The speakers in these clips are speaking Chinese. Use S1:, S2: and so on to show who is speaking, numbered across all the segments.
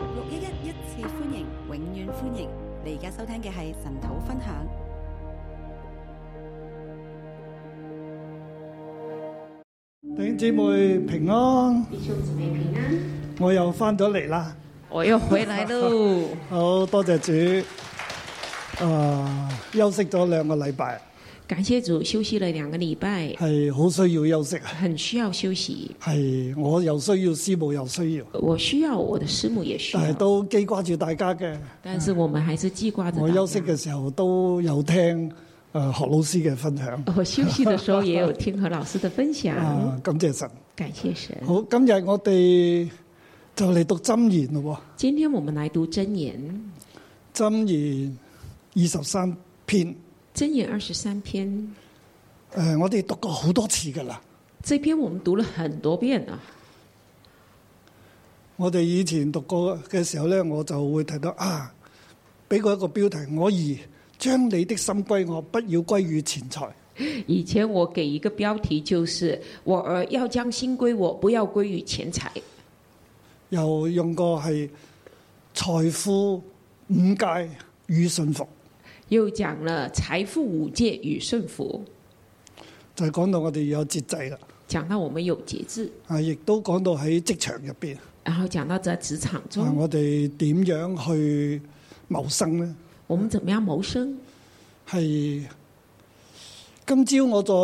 S1: 六一一一次歡迎，永遠歡迎！你而家收聽嘅係神土分享。
S2: 弟兄姊妹平安，
S3: 弟兄姊妹平安，
S2: 我又翻咗嚟啦，
S3: 我又回来喽，
S2: 好多謝主。啊、休息咗兩個禮拜，
S3: 感谢主，休息了两个礼拜，
S2: 係好需要休息啊。
S3: 很需要休息。
S2: 係我又需要，師母又需要，
S3: 我需要，我的师母也需
S2: 但係
S3: 要，
S2: 哎都記掛住大家嘅。
S3: 但是我们还是记挂着大
S2: 我
S3: 家。
S2: 休息嘅時候都有聽誒何老師嘅分享，
S3: 我休息的时候也有听何老师的分享，
S2: 啊，感謝神。
S3: 感谢神。
S2: 好，今日我哋就嚟讀箴言咯
S3: 今天我们来读箴言，
S2: 喎，箴言二十三篇。
S3: 箴言二十三篇，
S2: 誒、我哋讀過好多次㗎啦。
S3: 这篇我们读了很多遍啊了。
S2: 我哋以前讀過嘅時候咧，我就會睇到啊，俾過一個標題，我兒將你的心歸我，不要歸於錢財。
S3: 以前我给一个标题就是“我儿要将心归我，不要归于钱财
S2: 又用過係財富五戒與信服，”，
S3: 又讲了财富五戒与顺服。
S2: 就係、講到我哋要有節制啦。
S3: 讲到我们有节制，
S2: 啊，亦都講到喺職場入邊，
S3: 然后讲到在职场
S2: 啊，
S3: 中，
S2: 我哋點樣去謀生呢？
S3: 我们怎么样谋生。
S2: 係今朝我再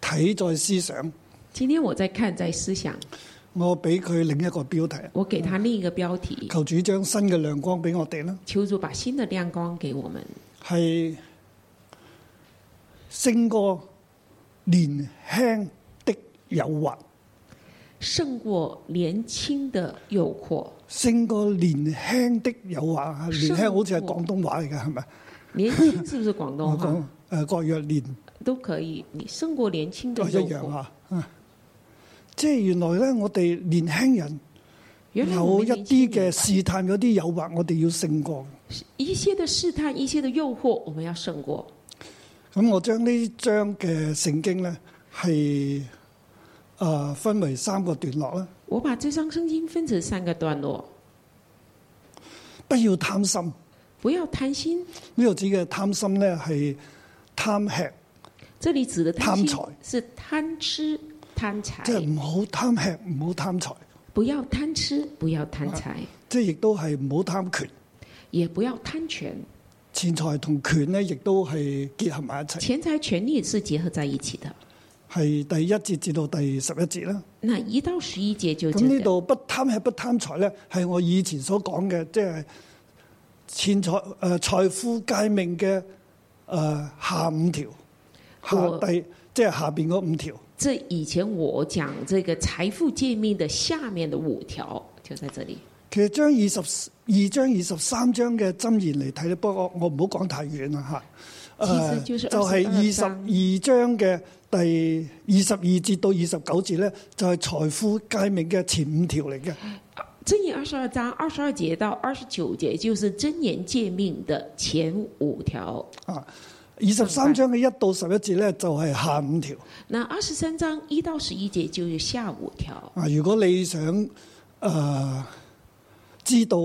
S2: 睇再思想，
S3: 今天我在看，在思想，
S2: 我俾佢另一個標題，
S3: 我给他另一个标题，
S2: 求主將新嘅亮光俾我哋啦。
S3: 求主把新的亮光给我们，
S2: 係勝過年輕的誘惑，
S3: 胜过年轻的诱 惑。
S2: 勝過年輕的誘惑。年輕好似
S3: 勝
S2: 係
S3: 過
S2: 廣東話嚟㗎，係咪？
S3: 年轻是不是广
S2: 我
S3: 东
S2: 講
S3: 话？
S2: 誒國藥年
S3: 都可以，你胜过年轻的
S2: 都
S3: 诱
S2: 一樣
S3: 惑。
S2: 啊。啊即係原來咧，我哋年輕人
S3: 原来我
S2: 有
S3: 们
S2: 一
S3: 年轻
S2: 啲嘅試探，有啲誘惑，我哋要勝過。
S3: 一些的试探，一些的诱惑，我们要胜过。
S2: 咁我將呢章嘅聖經咧係誒分為三個段落啦。
S3: 我把这张圣经分成三个段落，
S2: 不要貪心。
S3: 不要贪心。
S2: 呢度指嘅貪心咧係貪吃，
S3: 这里指的贪心
S2: 贪财
S3: 是贪吃、贪财。
S2: 即係唔好貪吃，唔好貪財，
S3: 不要贪吃，不要贪财，
S2: 即係亦都係唔好貪權。
S3: 也不要贪权。
S2: 錢財同權咧，亦都係結合埋一齊。
S3: 钱财、权利是结合在一起的。
S2: 係第一節至到第十一節啦。
S3: 那一到十一节就
S2: 咁
S3: 真
S2: 呢
S3: 的，
S2: 度不貪吃不貪財咧，係我以前所講嘅，即係錢財誒、呃、財富界命嘅誒、呃下五條，
S3: 我
S2: 下第即係下邊嗰五條。
S3: 这以前我讲这个财富界面的下面的五条就在这里。
S2: 其實將二十二章、二十三章嘅箴言嚟睇咧，不過我唔好講太遠啦嚇。誒
S3: 其實就是
S2: 呃就係二
S3: 22
S2: 十
S3: 章
S2: 二章嘅第二十二節到二十九節咧，就係、財富界面嘅前五條嚟嘅。
S3: 箴言二十二章二十二节到二十九节就是箴言界面的前五条。
S2: 啊，二十三章嘅一到十一節咧，就係、下五條。
S3: 那二十三章一到十一节就是下五条。
S2: 啊，如果你想誒、呃知道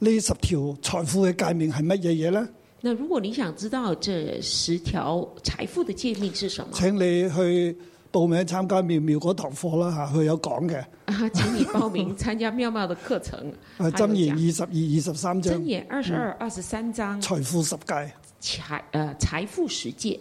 S2: 呢十條財富嘅界面係乜嘢嘢咧，
S3: 那如果你想知道这十条财富的界面是什么
S2: 請你去報名參加妙妙嗰堂課啦嚇，佢有講嘅。
S3: 啊， 请你报名参加妙妙的课程。
S2: 啊，
S3: 还有
S2: 箴言
S3: 讲
S2: 二十二、二十三
S3: 箴
S2: 章，嗯
S3: 言二十二、二十三章
S2: 財富十戒。
S3: 财呃财富十戒。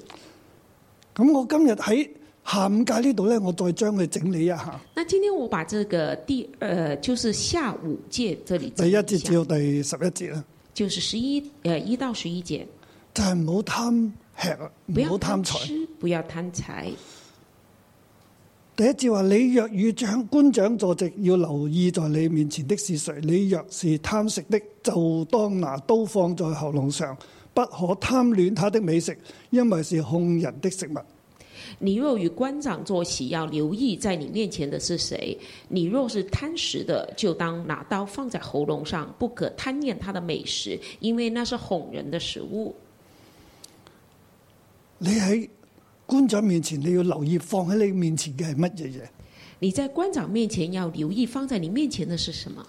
S2: 咁我今日喺下午界呢度咧，我再將佢整理一下。
S3: 那今天我把这个第呃就是下五戒这里
S2: 第
S3: 整理
S2: 一節
S3: 下
S2: 至到第十一節啦，
S3: 就是十一呃一到十一节，
S2: 就係唔好貪吃啊，
S3: 不
S2: 唔
S3: 要
S2: 好貪財。
S3: 吃，不要贪财。
S2: 第一節話：你若與長官長坐席，要留意在你面前的是誰。你若是貪食的，就當拿刀放在喉嚨上，不可貪戀他的美食，因為是控人的食物。
S3: 你若与官长坐席，要留意在你面前的是谁。你若是贪食的，就当拿刀放在喉咙上，不可贪恋他的美食，因为那是哄人的食物。
S2: 你喺官長面前，你要留意放喺你面前嘅係乜嘢嘢。
S3: 你在官长面前要留意放在你面前的是什么。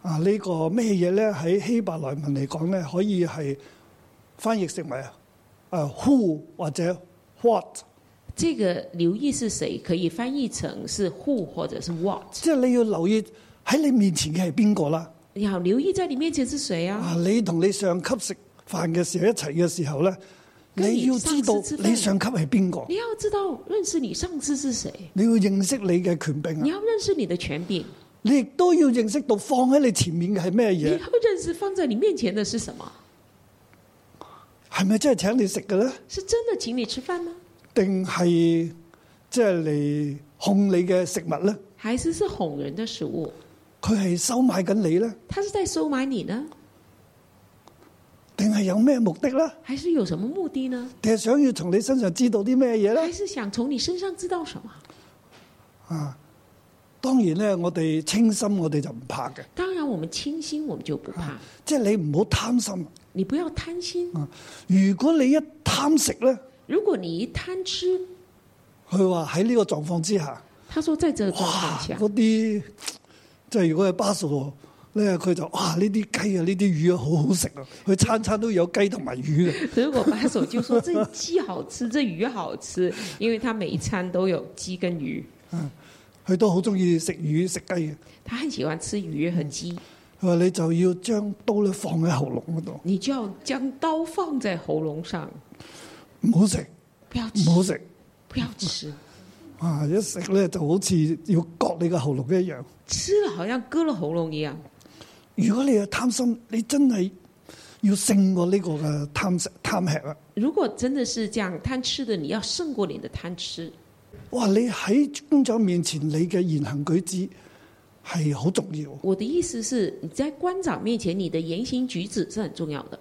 S2: 啊，呢、個咩嘢咧？喺希伯來文嚟講咧，可以係翻譯成為啊 who 或者 what，
S3: 这个留意是谁，可以翻译成是 who 或者是 what。
S2: 即係你要留意喺你面前嘅係邊個啦。
S3: 你好，留意在你面前是谁啊？
S2: 啊，你同你上級食飯嘅時候一齊嘅時候咧，
S3: 跟你
S2: 你要知道
S3: 上司吃飯
S2: 你上級係邊個，
S3: 你要知道认识你上司是谁，
S2: 你要認識你嘅權柄
S3: 你
S2: 啊，
S3: 要认识你的权柄，
S2: 你亦都要認識到放喺你前面嘅係咩
S3: 你要
S2: 嘢，
S3: 认识放在你面前的是什么？
S2: 係咪真係請你食嘅咧？
S3: 是真的请你吃饭吗？
S2: 定係即係嚟控你嘅食物咧？
S3: 还是是哄人的食物？
S2: 佢係收買緊你咧？
S3: 他是在收买你呢，
S2: 定係有咩目的咧？
S3: 还是有什么目的呢？
S2: 定係想要從你身上知道啲咩嘢
S3: 还
S2: 咧？
S3: 是想从你身上知道什么？
S2: 啊，當然咧，我哋清心，我哋就唔怕嘅，
S3: 当然，我们清心，我们就不怕。
S2: 即係你唔好貪心。
S3: 你不要贪心，
S2: 啊，如果你一貪食咧，
S3: 如果你一贪吃，
S2: 佢話喺呢個狀況之下，
S3: 他说在这个状
S2: 哇
S3: 况，下，
S2: 嗰啲即係如果係巴素咧，佢就哇呢啲雞啊，呢啲魚啊，好好食啊，佢餐餐都有雞同埋魚嘅。
S3: 如果把手就说这鸡好吃，这鱼好吃，因为他每一餐都有鸡跟鱼，
S2: 佢都好中意食魚食雞嘅。
S3: 他很喜欢吃鱼和鸡。
S2: 佢話你就要將刀咧放喺喉嚨嗰度，
S3: 你就要将刀放在喉咙上，
S2: 唔好食，
S3: 不要吃
S2: 唔，好食。
S3: 不要吃，
S2: 啊！一食咧就好似要割你個喉嚨一樣。
S3: 吃了好像割了喉咙一样。
S2: 如果你係貪心，你真係要勝過呢個嘅貪食貪吃啊！
S3: 如果真的是这样贪吃的，你要胜过你的贪吃。
S2: 哇！你喺工長面前，你嘅言行舉止係好重要。
S3: 我的意思是，你在官长面前，你的言行举止是很重要的。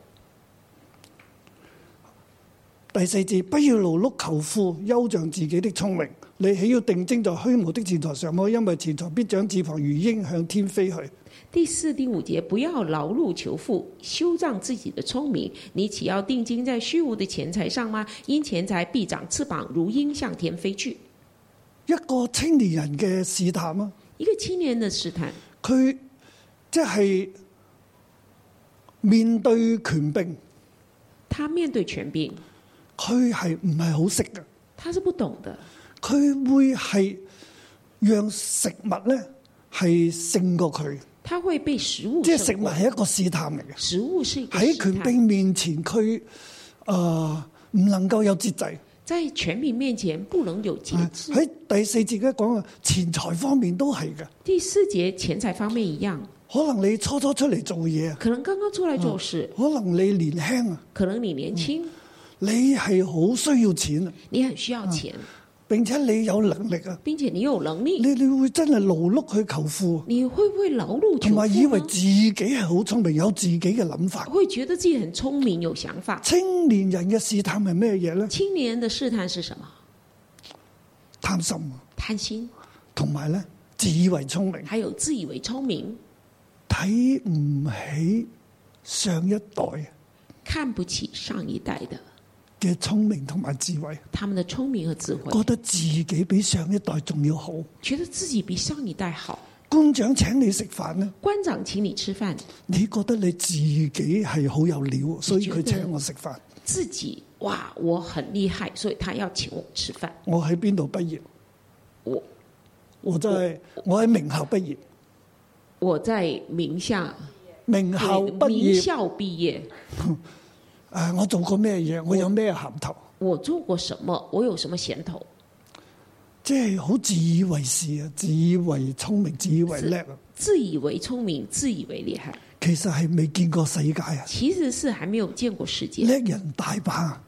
S2: 第四節，不要勞碌求富，休仗自己的聰明。你豈要定睛在虛無的錢財上麼？因為錢財必長翅膀，如鷹向天飛去。
S3: 第四、第五节，不要劳碌求富，修障自己的聪明。你岂要定睛在虚无的钱财上吗？因钱财必长翅膀，如鹰向天飞去。
S2: 一個青年人嘅試探啊，
S3: 一个青年的试探，
S2: 佢即係面對權柄，
S3: 他面对权柄，
S2: 佢係唔係好識嘅？
S3: 他是不懂的，
S2: 佢會係讓食物咧係勝過佢，
S3: 他会被食物
S2: 即係食
S3: 胜
S2: 物
S3: 过。
S2: 係一個試探嚟嘅。
S3: 食物是一个
S2: 喺
S3: 试
S2: 權
S3: 探，
S2: 柄面前，佢誒唔能夠有節制。
S3: 在权柄面前不能有节制。
S2: 啊喺第四節咧講啊，錢財方面都係嘅。
S3: 第四节，钱财方面一样，
S2: 可能你初初出嚟做嘢啊，
S3: 可能刚刚出来做事，
S2: 可能你年輕啊，
S3: 可能你年轻，
S2: 你係好需要錢啊，
S3: 你很需要錢，
S2: 並且你有能力啊，
S3: 并且你有能力，
S2: 你你會真係勞碌去求富，啊
S3: 你会不会劳碌求
S2: 同埋以
S3: 富
S2: 為
S3: 呢？
S2: 自己係好聰明，有自己嘅諗法。
S3: 会觉得自己很聪明、有想法。
S2: 青年人嘅試探係咩嘢咧？
S3: 青年人的试探是什么？
S2: 貪心啊，
S3: 贪心，
S2: 同埋咧自以為聰明，
S3: 还有自以为聪明，
S2: 睇唔起上一代
S3: 看不起上一代的
S2: 嘅聰明同埋智慧，
S3: 他们的聪明和智慧，
S2: 覺得自己比上一代仲要好。
S3: 觉得自己比上一代好。
S2: 官長請你食飯咧，
S3: 官长请你吃饭，
S2: 你覺得你自己係好有料，所以佢請我食飯。
S3: 自己哇，我很厉害，所以他要请我吃饭。
S2: 我喺邊度畢業？
S3: 我
S2: 我真係我喺名校畢業，
S3: 我在名下
S2: 名校畢
S3: 名
S2: 業。
S3: 校毕业，
S2: 誒、我做過咩嘢？我有咩銜頭？
S3: 我做过什么？我有什么闲头？
S2: 即係好自以為是啊，自以為聰明，自以為叻啊！
S3: 自以为聪明，自以为厉害，
S2: 其實係未見過世界啊！
S3: 其实是还没有见过世界。
S2: 叻人大把，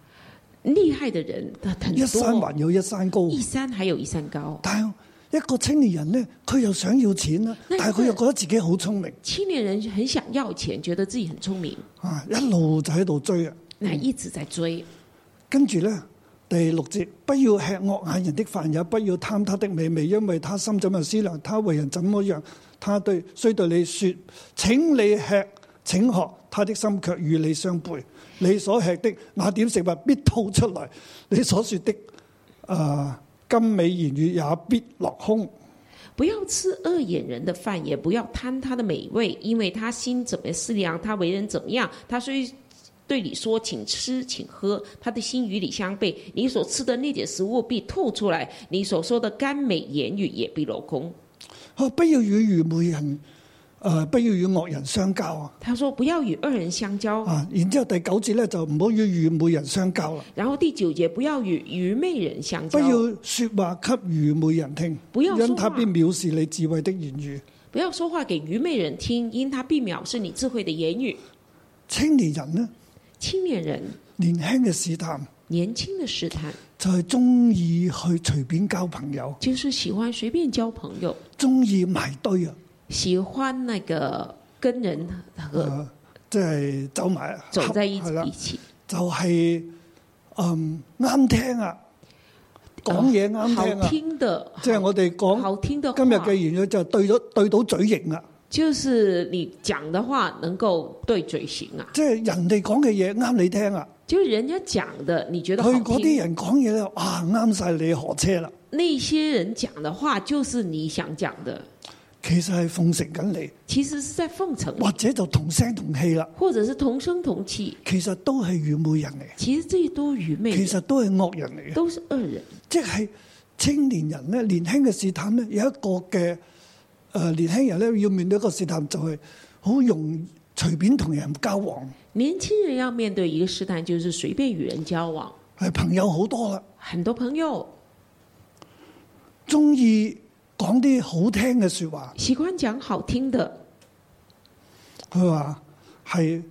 S3: 厉害的人很
S2: 一山
S3: 多，
S2: 還有一山高。
S3: 一山还有一山高。
S2: 但係一個青年人咧，佢又想要錢啦，
S3: 那
S2: 但係佢又覺得自己好聰明
S3: 青年人很想要钱，觉得自己很聪明，
S2: 啊，一路就喺度追啊！
S3: 那一直在追。
S2: 跟住咧，第六節，不要吃惡眼人的飯，也不要貪他的美味，因為他心怎樣思量，他為人怎麼樣，他對雖對你說：請你吃，請喝。他的心卻與你相背。你所吃的那點食物必吐出來，你所說的啊、呃、甘美言語也必落空。
S3: 不要吃恶眼人的饭，也不要贪他的美味，因为他心怎么思量，他为人怎么样，他虽对你说请吃请喝，他的心与你相悖。你所吃的那点食物必吐出来，你所说的甘美言语也必镂空。
S2: 啊，不要與愚昧人，诶、不要與惡人相交啊！
S3: 他说不要与恶人相交，
S2: 啊，然之后第九節咧就唔好與愚昧人相交啦，
S3: 然后第九节不要与愚昧人相
S2: 不
S3: 交，
S2: 要说話給愚昧人聽，
S3: 不要說話
S2: 因他必藐視你智慧的言語。
S3: 不要说话给愚昧人听，因他必藐视你智慧的言语。
S2: 青年人呢，
S3: 青年人
S2: 年輕嘅試探
S3: 年轻的试探，
S2: 就係中意去隨便交朋友，
S3: 就是喜欢随便交朋友，
S2: 中意埋堆啊，
S3: 喜欢那个跟人和
S2: 啊即係走埋
S3: 嗯走在一
S2: 係啦
S3: 一起，
S2: 就係嗯啱聽啊，講嘢啱聽
S3: 好
S2: 啊，
S3: 听的，
S2: 即係我哋講
S3: 好听的话
S2: 今日嘅言語就係對咗對到嘴型啊啦，
S3: 就是你讲的话能够对嘴型啊，
S2: 即係人哋講嘅嘢啱你聽啊，
S3: 就是人家讲的，你觉得好
S2: 佢嗰啲
S3: 听，
S2: 人講嘢咧啊啱晒你何車啦，
S3: 那些人讲的话就是你想讲的，
S2: 其實係奉承緊你，
S3: 其实是在奉承你，
S2: 或者就同聲同氣啦，
S3: 或者是同声同气，
S2: 其實都係愚昧人嚟，
S3: 其实这都愚昧
S2: 其
S3: 人，
S2: 實都係惡人嚟嘅，
S3: 都是恶人。
S2: 即係青年人咧年輕嘅試探咧有一個嘅誒、呃年輕人咧要面對一個試探就係好容易隨便同人交往。
S3: 年轻人要面对一个试探，就是随便与人交往，
S2: 係朋友好多啦，
S3: 很多朋友
S2: 中意講啲好聽嘅说話。
S3: 喜欢讲好听的，
S2: 佢話係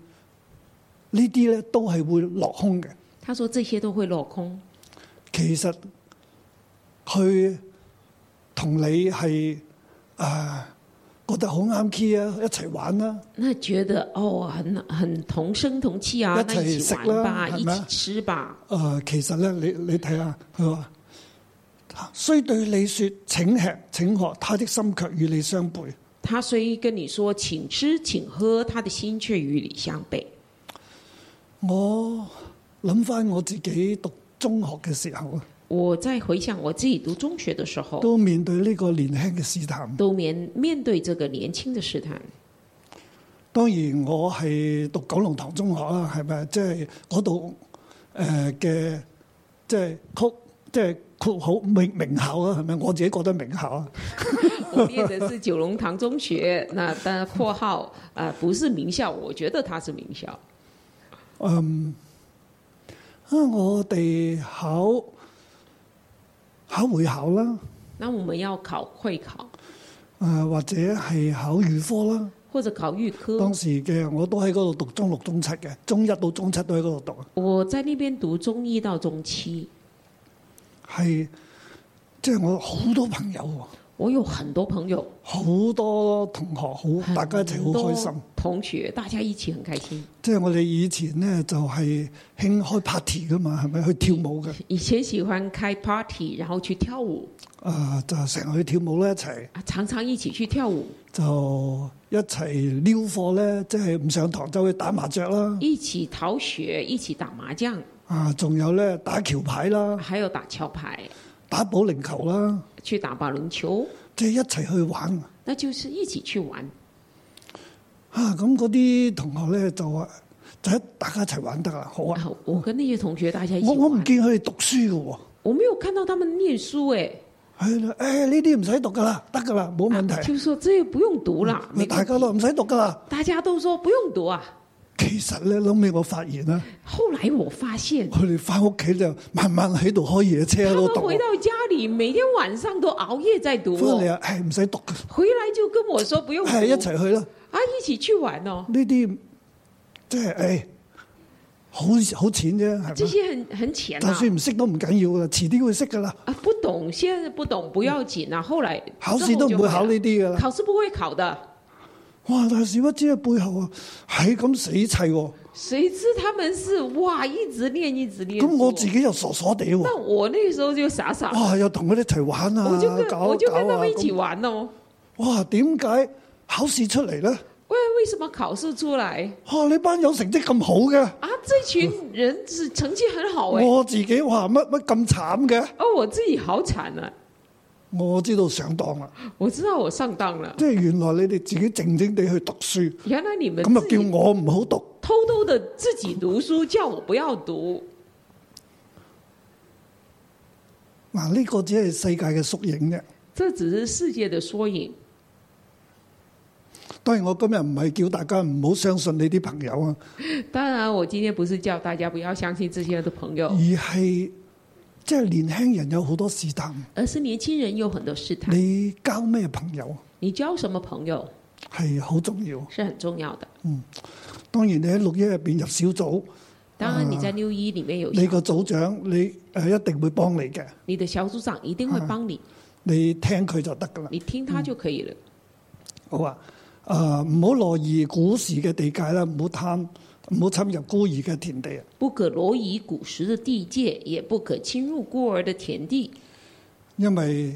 S2: 呢啲咧都係會落空嘅。
S3: 他说这些都会落空。
S2: 其實佢同你係啊覺得好啱 key 啊，一齊玩啦、
S3: 那觉得哦，很很同声同气啊，
S2: 一
S3: 那一
S2: 起
S3: 起
S2: 食
S3: 玩
S2: 啦
S3: 吧，
S2: 係
S3: 一
S2: 咪
S3: 起吃吧。
S2: 啊。其實咧，你你睇下佢話。雖對你說請吃請喝，他的心卻與你相背。
S3: 他虽跟你说请吃请喝，他的心却与你相悖。
S2: 我諗翻我自己讀中學嘅時候啊，
S3: 我在回想我自己读中学的时候，
S2: 都面對呢個年輕嘅試探。
S3: 都面面对这个年轻的试探。
S2: 當然我係讀九龍塘中學啦，係咪？即係嗰度誒嘅，即係曲，即係括好名名校啊，係咪？我自己覺得名校啊，
S3: 我念的是九龙塘中学，那但括号啊、呃不是名校，我觉得他是名校。
S2: 啊，我哋考考會考啦，
S3: 那我们要考会考
S2: 誒、或者係考預科啦。
S3: 或者考预科
S2: 當。時嘅我都喺嗰度讀中六、中七嘅，中一到中七都喺嗰度讀，啊
S3: 我在那边读中一到中七，
S2: 係即係我好多朋友喎，
S3: 我有很多朋友，
S2: 好多同學，好大家一齊好開心
S3: 很。多同学大家一起很开心。
S2: 即係我哋以前咧就係興開 party 噶嘛，係咪去跳舞嘅？
S3: 以前喜欢开 party，然后去跳舞
S2: 啊、就成日去跳舞咧，一齊
S3: 啊，常常一起去跳舞，
S2: 就一齊撩貨咧，即係唔上堂就去打麻雀啦。
S3: 一起逃学，一起打麻将，
S2: 啊，仲有咧打橋牌啦，
S3: 还有打桥牌，
S2: 打保齡球啦，
S3: 去打保龄球，
S2: 即係一齊去玩。
S3: 那就是一起去玩。
S2: 啊，咁嗰啲同學咧就話就一大家一齊玩得啦，好啊。
S3: 啊，我跟那些同学大家一起
S2: 我我唔
S3: 玩，
S2: 見佢哋讀書嘅喎。
S3: 我没有看到他们念书哎，
S2: 係啦，誒呢啲唔使讀噶啦，得噶啦，冇嗯問題。
S3: 啊就说这不用读啦，没
S2: 大
S3: 关
S2: 家都唔使讀噶啦。
S3: 大家都说不用读啊。
S2: 其實咧，後尾我發現啦。
S3: 后来我发现，
S2: 佢哋翻屋企就慢慢喺度開夜車
S3: 他
S2: 喺
S3: 们
S2: 度讀
S3: 回，到家里每天晚上都熬夜在读、
S2: 翻嚟
S3: 哦，
S2: 啊，係唔使讀嘅，
S3: 回来就跟我说不用读，
S2: 係哎一齊去啦。
S3: 啊一起去玩哦。
S2: 呢啲即係誒，好好淺啫，
S3: 这
S2: 係咪？
S3: 些很很浅
S2: 就
S3: 啊，
S2: 算唔識都唔緊要噶啦，遲啲會識噶啦，
S3: 啊不懂，现在不懂不要紧啊，后来
S2: 考試都唔會考呢，啲噶
S3: 之後就
S2: 啦。
S3: 考试不会考的。
S2: 哇！但係小不知嘅背後啊，係咁死砌喎，
S3: 谁知他们是哇一直练一直练，
S2: 咁我自，己又傻傻地
S3: 那
S2: 喎，
S3: 我那时候就傻傻的。
S2: 哇！又同佢哋一齊玩啊
S3: 啊我就跟，
S2: 搞
S3: 我
S2: 啊
S3: 就
S2: 搞
S3: 跟他
S2: 啊
S3: 们一起
S2: 咁，
S3: 玩哦。
S2: 哇！點解考試出嚟咧？
S3: 为为什么考试出来
S2: 哇！你班有成績咁好嘅，
S3: 啊？这群人是成绩很好哎，
S2: 我自己哇乜乜咁慘嘅。
S3: 哦，我自己好惨啊！
S2: 我知道上當啦，
S3: 我知道我上当了，
S2: 即係原來你哋自己靜靜地去讀書，
S3: 原来你们
S2: 咁
S3: 自
S2: 啊
S3: 己
S2: 叫我唔好讀，
S3: 偷偷的自己读书，叫我不要读。
S2: 嗱呢個只係世界嘅縮影啫。
S3: 这只是世界的缩影。
S2: 當然我今日唔係叫大家唔好相信你啲朋友啊，
S3: 当然，我今天不是叫大家不要相信这些的朋友
S2: 而，係即係年輕人有好多試探，
S3: 而是年轻人有很多试探。
S2: 你交咩朋友
S3: 你交什么朋友
S2: 係好重要。
S3: 是很重要的。
S2: 當然你喺六一入邊入小組，
S3: 当然，你在六一里面有
S2: 你個組長你誒一定會幫你嘅，
S3: 你的小组长一定会帮你，
S2: 你聽佢就得噶啦。
S3: 你听他就可以了。
S2: 好啊，誒唔好挪移古時嘅地界啦，唔好貪，唔好侵入孤兒嘅田地啊！
S3: 不可挪移古时的地界，也不可侵入孤儿的田地，
S2: 因為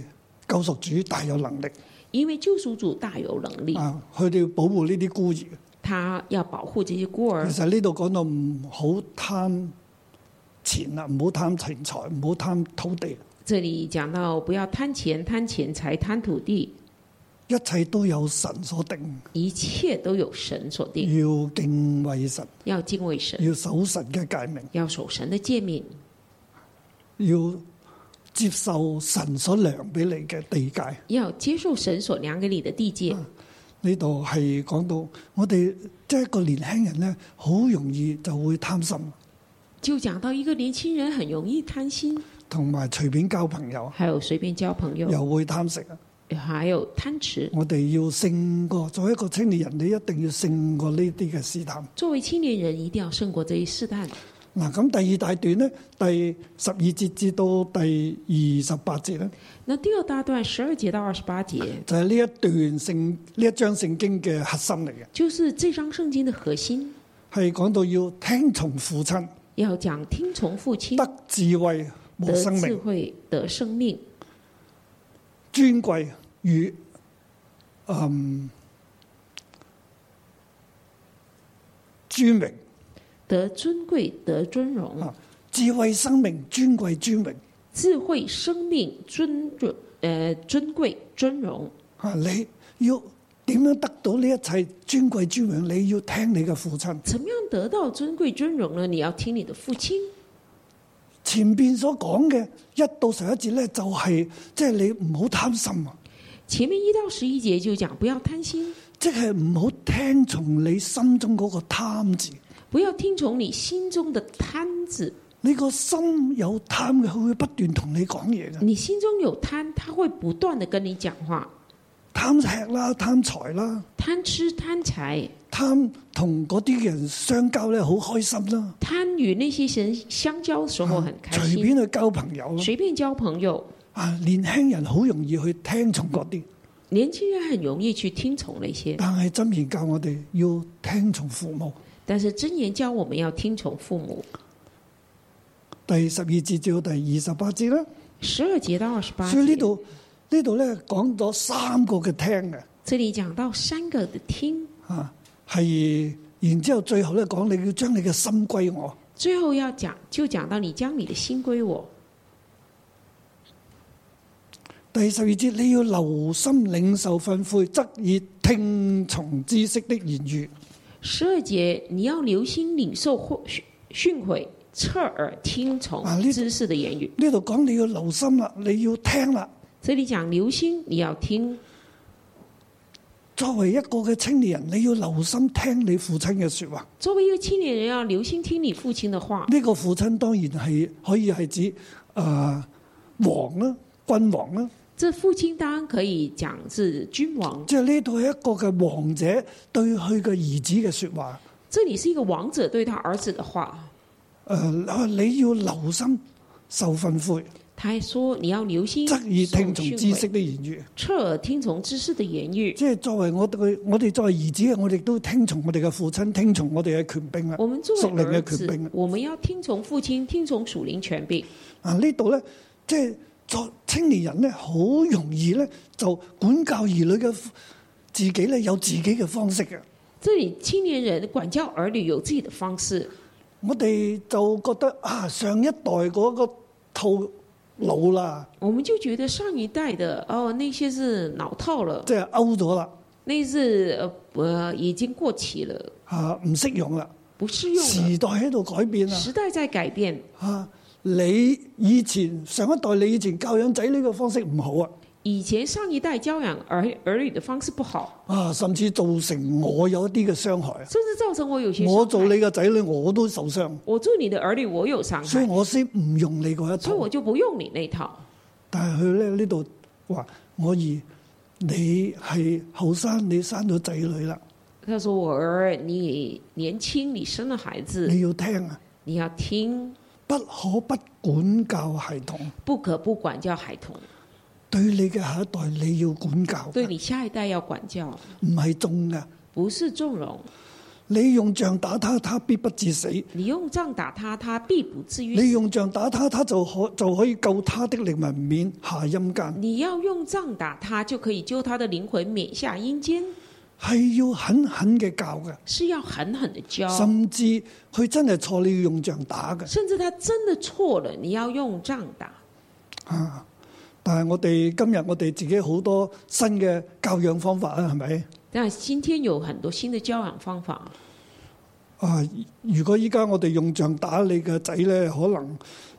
S2: 救贖主大有能力
S3: 因为救赎主大有能力，
S2: 啊，佢哋要保護呢啲孤兒。
S3: 他要保护这些孤儿
S2: 其。實呢度講到唔好貪錢啦，唔好貪錢財，唔好貪土地，
S3: 这里讲到不要贪钱、贪钱财、贪土地，
S2: 一切都有神所定，
S3: 一切都有神所定，
S2: 要敬畏神，
S3: 要敬畏神，
S2: 要守神嘅戒命，
S3: 要守神的诫命，
S2: 要接受神所量俾你嘅地界。
S3: 要接受神所量给你的地界。
S2: 嗯呢度係講到我哋即係一個年輕人咧，好容易就會貪心，
S3: 就讲到一个年轻人很容易贪心，
S2: 同埋隨便交朋友，
S3: 还有随便交朋友，
S2: 又會貪食。啊
S3: 还有贪吃。
S2: 我哋要勝過，作為一個青年人，你一定要勝過呢啲嘅試探。
S3: 作为青年人，一定要胜过这一试探。
S2: 嗱，咁第二大段咧，第十二節至到第二十八節咧，
S3: 那第二大段十二节到二十八节，
S2: 就係、呢一段聖呢一章聖經嘅核心嚟嘅，
S3: 就是这张圣经的核心，
S2: 係講到要聽從父親，
S3: 要讲听从父亲，
S2: 得智慧和
S3: 得
S2: 生
S3: 智
S2: 命，
S3: 慧，得生命，
S2: 尊貴與嗯尊榮。
S3: 得尊贵，得尊荣
S2: 啊，智慧、生命、尊貴、尊榮
S3: 智慧、生命、尊荣，呃，尊贵、尊荣。
S2: 啊！你要點樣得到呢一切尊貴尊榮？你要聽你嘅父親。
S3: 怎么样得到尊贵尊荣呢？你要听你的父亲。
S2: 前邊所講嘅一到十一節咧，就係即係你唔好貪心啊，
S3: 前面一到十一节就讲不要贪心，
S2: 即係唔好聽從你心中嗰個貪字。
S3: 不要听从你心中的贪字。
S2: 你個心有貪嘅，佢會不斷同你講嘢嘅，
S3: 你心中有贪，他会不断的跟你讲话。
S2: 貪吃啦、貪財啦、
S3: 贪吃、贪财，
S2: 貪同嗰啲人相交咧，好開心啦，
S3: 贪与那些人相交的时候很开
S2: 隨
S3: 心，
S2: 便去交朋友啦。
S3: 随便交朋友。
S2: 啊，年輕人好容易去聽從嗰啲。
S3: 年轻人很容易去听从那些，
S2: 但係箴言教我哋要聽從父母。
S3: 但是真言教我们要听从父母。
S2: 第十二節至到第二十八節啦，
S3: 十二节到二十八
S2: 所以呢
S3: 节，
S2: 度呢度咧講咗三個嘅聽嘅，
S3: 这里讲到三个的听，
S2: 啊係，然之後最後咧講你要將你嘅心歸我，
S3: 最后要讲就讲到你将你的心归我。
S2: 第十二節你要留心領受訓悔，則以聽從知識的言語。
S3: 十二节你要留心领受或训训诲，侧耳听从
S2: 啊呢
S3: 知识的言语。
S2: 呢度講你要留心啦，你要聽啦。
S3: 这里讲留心，你要听。
S2: 作為一個嘅青年人，你要留心聽你父親嘅说話。
S3: 作为一个青年人，要留心听你父亲的话。
S2: 呢個父親當然係可以係指誒、呃王啦、君王啦，
S3: 这父亲当然可以讲是君王，
S2: 即係呢度係一個嘅王者對佢嘅兒子嘅説話。
S3: 这里是一个王者对他儿子的话。
S2: 誒、呃你要留心受訓悔，
S3: 他说：“你要留心，
S2: 則以聽從知識，的言語。
S3: 侧耳聽從知識的言語。
S2: 即係作為我哋，我哋作為兒子嘅，我哋都聽從我哋嘅父親，聽從我哋嘅權柄啦。
S3: 我们作
S2: 屬
S3: 为
S2: 靈
S3: 儿
S2: 啊嘅權柄
S3: 子
S2: 啊，！
S3: 我们要听从父亲，听从属灵权柄。
S2: 啊，呢度咧，即係作青年人咧，好容易咧就管教兒女嘅父自己咧，有自己嘅方式嘅。
S3: 这里青年人管教儿女有自己的方式，
S2: 我哋就覺得啊，上一代嗰個套老啦，
S3: 我们就觉得上一代的哦，那些是老套了，
S2: 即係勾咗啦，
S3: 那是呃呃已经过期了，
S2: 嚇啊唔適用啦，
S3: 不适用了。
S2: 時代喺度改變啦，
S3: 时代在改变，
S2: 嚇、你以前上一代你以前教養仔呢個方式唔好啊，
S3: 以前上一代教养儿儿女的方式不好，
S2: 啊，甚至造成我有一啲嘅傷害啊，
S3: 甚至造成我有些
S2: 我
S3: 伤害
S2: 做你嘅仔女我都受傷，
S3: 我做你的儿女，我有伤
S2: 所以
S3: 害，
S2: 我先唔用你嗰一
S3: 所以
S2: 套
S3: 我。就不用你那套。
S2: 但係佢咧呢度話：我兒，你係後生，你生咗仔女啦，
S3: 他说：“我儿，你年轻，你生了孩子，
S2: 你要聽啊，
S3: 你要听，
S2: 不可不管教孩童，
S3: 不可不管教孩童，
S2: 對你嘅下一代你要管教，
S3: 对你下一代要管教，
S2: 唔係中噶。
S3: 不是纵容。
S2: 你用杖打他，他必不致死；
S3: 你用杖打他，他必不至于
S2: 你
S3: 死。
S2: 用杖打他，他就可就可以救他的靈魂免下陰間。
S3: 你要用杖打他，就可以救他的灵魂免下阴间，
S2: 係要狠狠嘅教嘅，
S3: 是要狠狠的教。
S2: 甚至佢真係錯，你要用杖打嘅。
S3: 甚至他真的错了，你要用杖打。
S2: 啊！但係我哋今日我哋自己好多新嘅教養方法啦，係咪？
S3: 但今天有很多新的教养方法，
S2: 啊！如果依家我哋用杖打你嘅仔咧，可能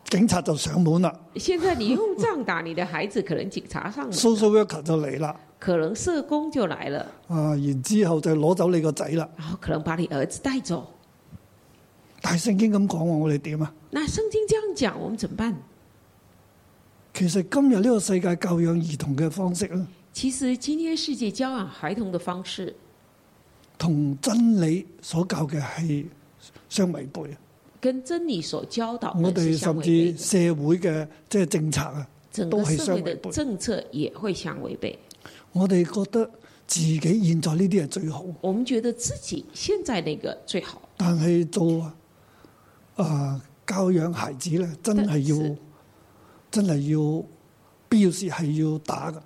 S2: 警察就上門啦
S3: 现在你用杖打你的孩子，可能警察 上门，
S2: ，social worker 就嚟啦。
S3: 可能社工就来了，
S2: 啊！然之後就攞走你個仔啦。
S3: 然后可能把你儿子带走。
S2: 但係聖經咁講喎，我哋點啊？
S3: 那圣经这样讲，我们怎么办？
S2: 其實今日呢個世界教養兒童嘅方式咧，
S3: 其实今天世界教养孩童的方式
S2: 同真理所教嘅係相違背。啊
S3: 跟真理所教导
S2: 我
S3: 的是
S2: 哋
S3: 相
S2: 甚
S3: 违背
S2: 至
S3: 的，
S2: 社會嘅即係政策啊，
S3: 整
S2: 都
S3: 个
S2: 係
S3: 社会
S2: 相违
S3: 的
S2: 背
S3: 政策也会相违背。
S2: 我哋覺得自己現在呢啲係最好。
S3: 我们觉得自己现在那个最好，
S2: 但係做啊、啊教養孩子咧，真係
S3: 但
S2: 要
S3: 是
S2: 真係要必要時係要打嘅，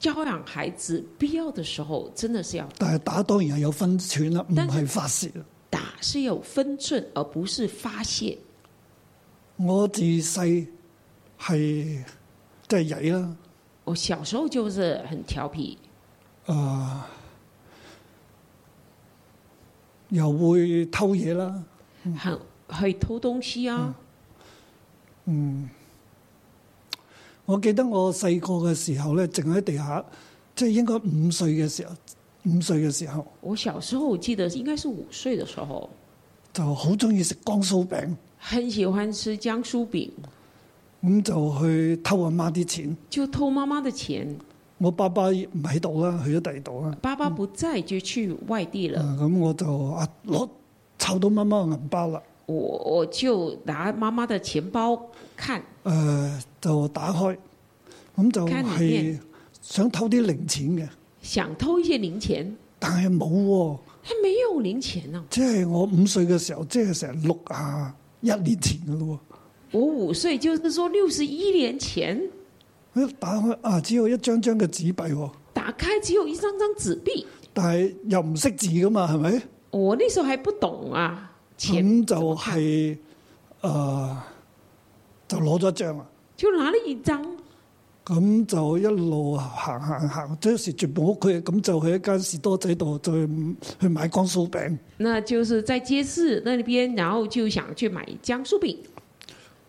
S3: 教养孩子必要的时候真的是要
S2: 但係打當然係有分寸啦，唔
S3: 但是
S2: 係發泄啦。
S3: 打，是有分寸，而不是发泄。
S2: 我自細係即係曳啦，
S3: 我小时候就是很调皮，
S2: 啊、又會偷嘢啦，
S3: 很会偷东西啊。
S2: 嗯我記得我細個嘅時候咧，淨喺地下，即係應該五歲嘅時候，五歲嘅時候
S3: 我小时候我记得应该是五岁的时候，
S2: 就好中意食江蘇餅，
S3: 很喜欢吃江苏饼，
S2: 咁就去偷阿媽啲錢。
S3: 就偷妈妈的钱。
S2: 我爸爸唔喺度啦，去咗第二度啦。
S3: 爸爸不在就去外地
S2: 啊
S3: 了，
S2: 咁我就啊攞湊到媽媽嘅銀包啦。
S3: 我我就拿妈妈的钱包看，
S2: 誒、呃就打開，咁就
S3: 家裡
S2: 係
S3: 面
S2: 想偷啲零錢嘅，
S3: 想偷一些零钱，
S2: 但係冇喎。
S3: 他没有零钱呢、
S2: 即係我五歲嘅時候，即係成六啊一年前嘅咯
S3: 我五岁，就是说六十一年前，
S2: 喎。一打開啊，只有一張張嘅紙幣喎，
S3: 打开只有一张张纸币，
S2: 但係又唔識字噶嘛，係咪？
S3: 我那时候还不懂啊，钱
S2: 咁就係、誒、就攞咗一張啦。
S3: 就拿了一张，
S2: 咁就一路行行行，即時全部屋企咁就去一間士多仔度，再去買江蘇餅。
S3: 那就是在街市那边，然后就想去买江苏饼。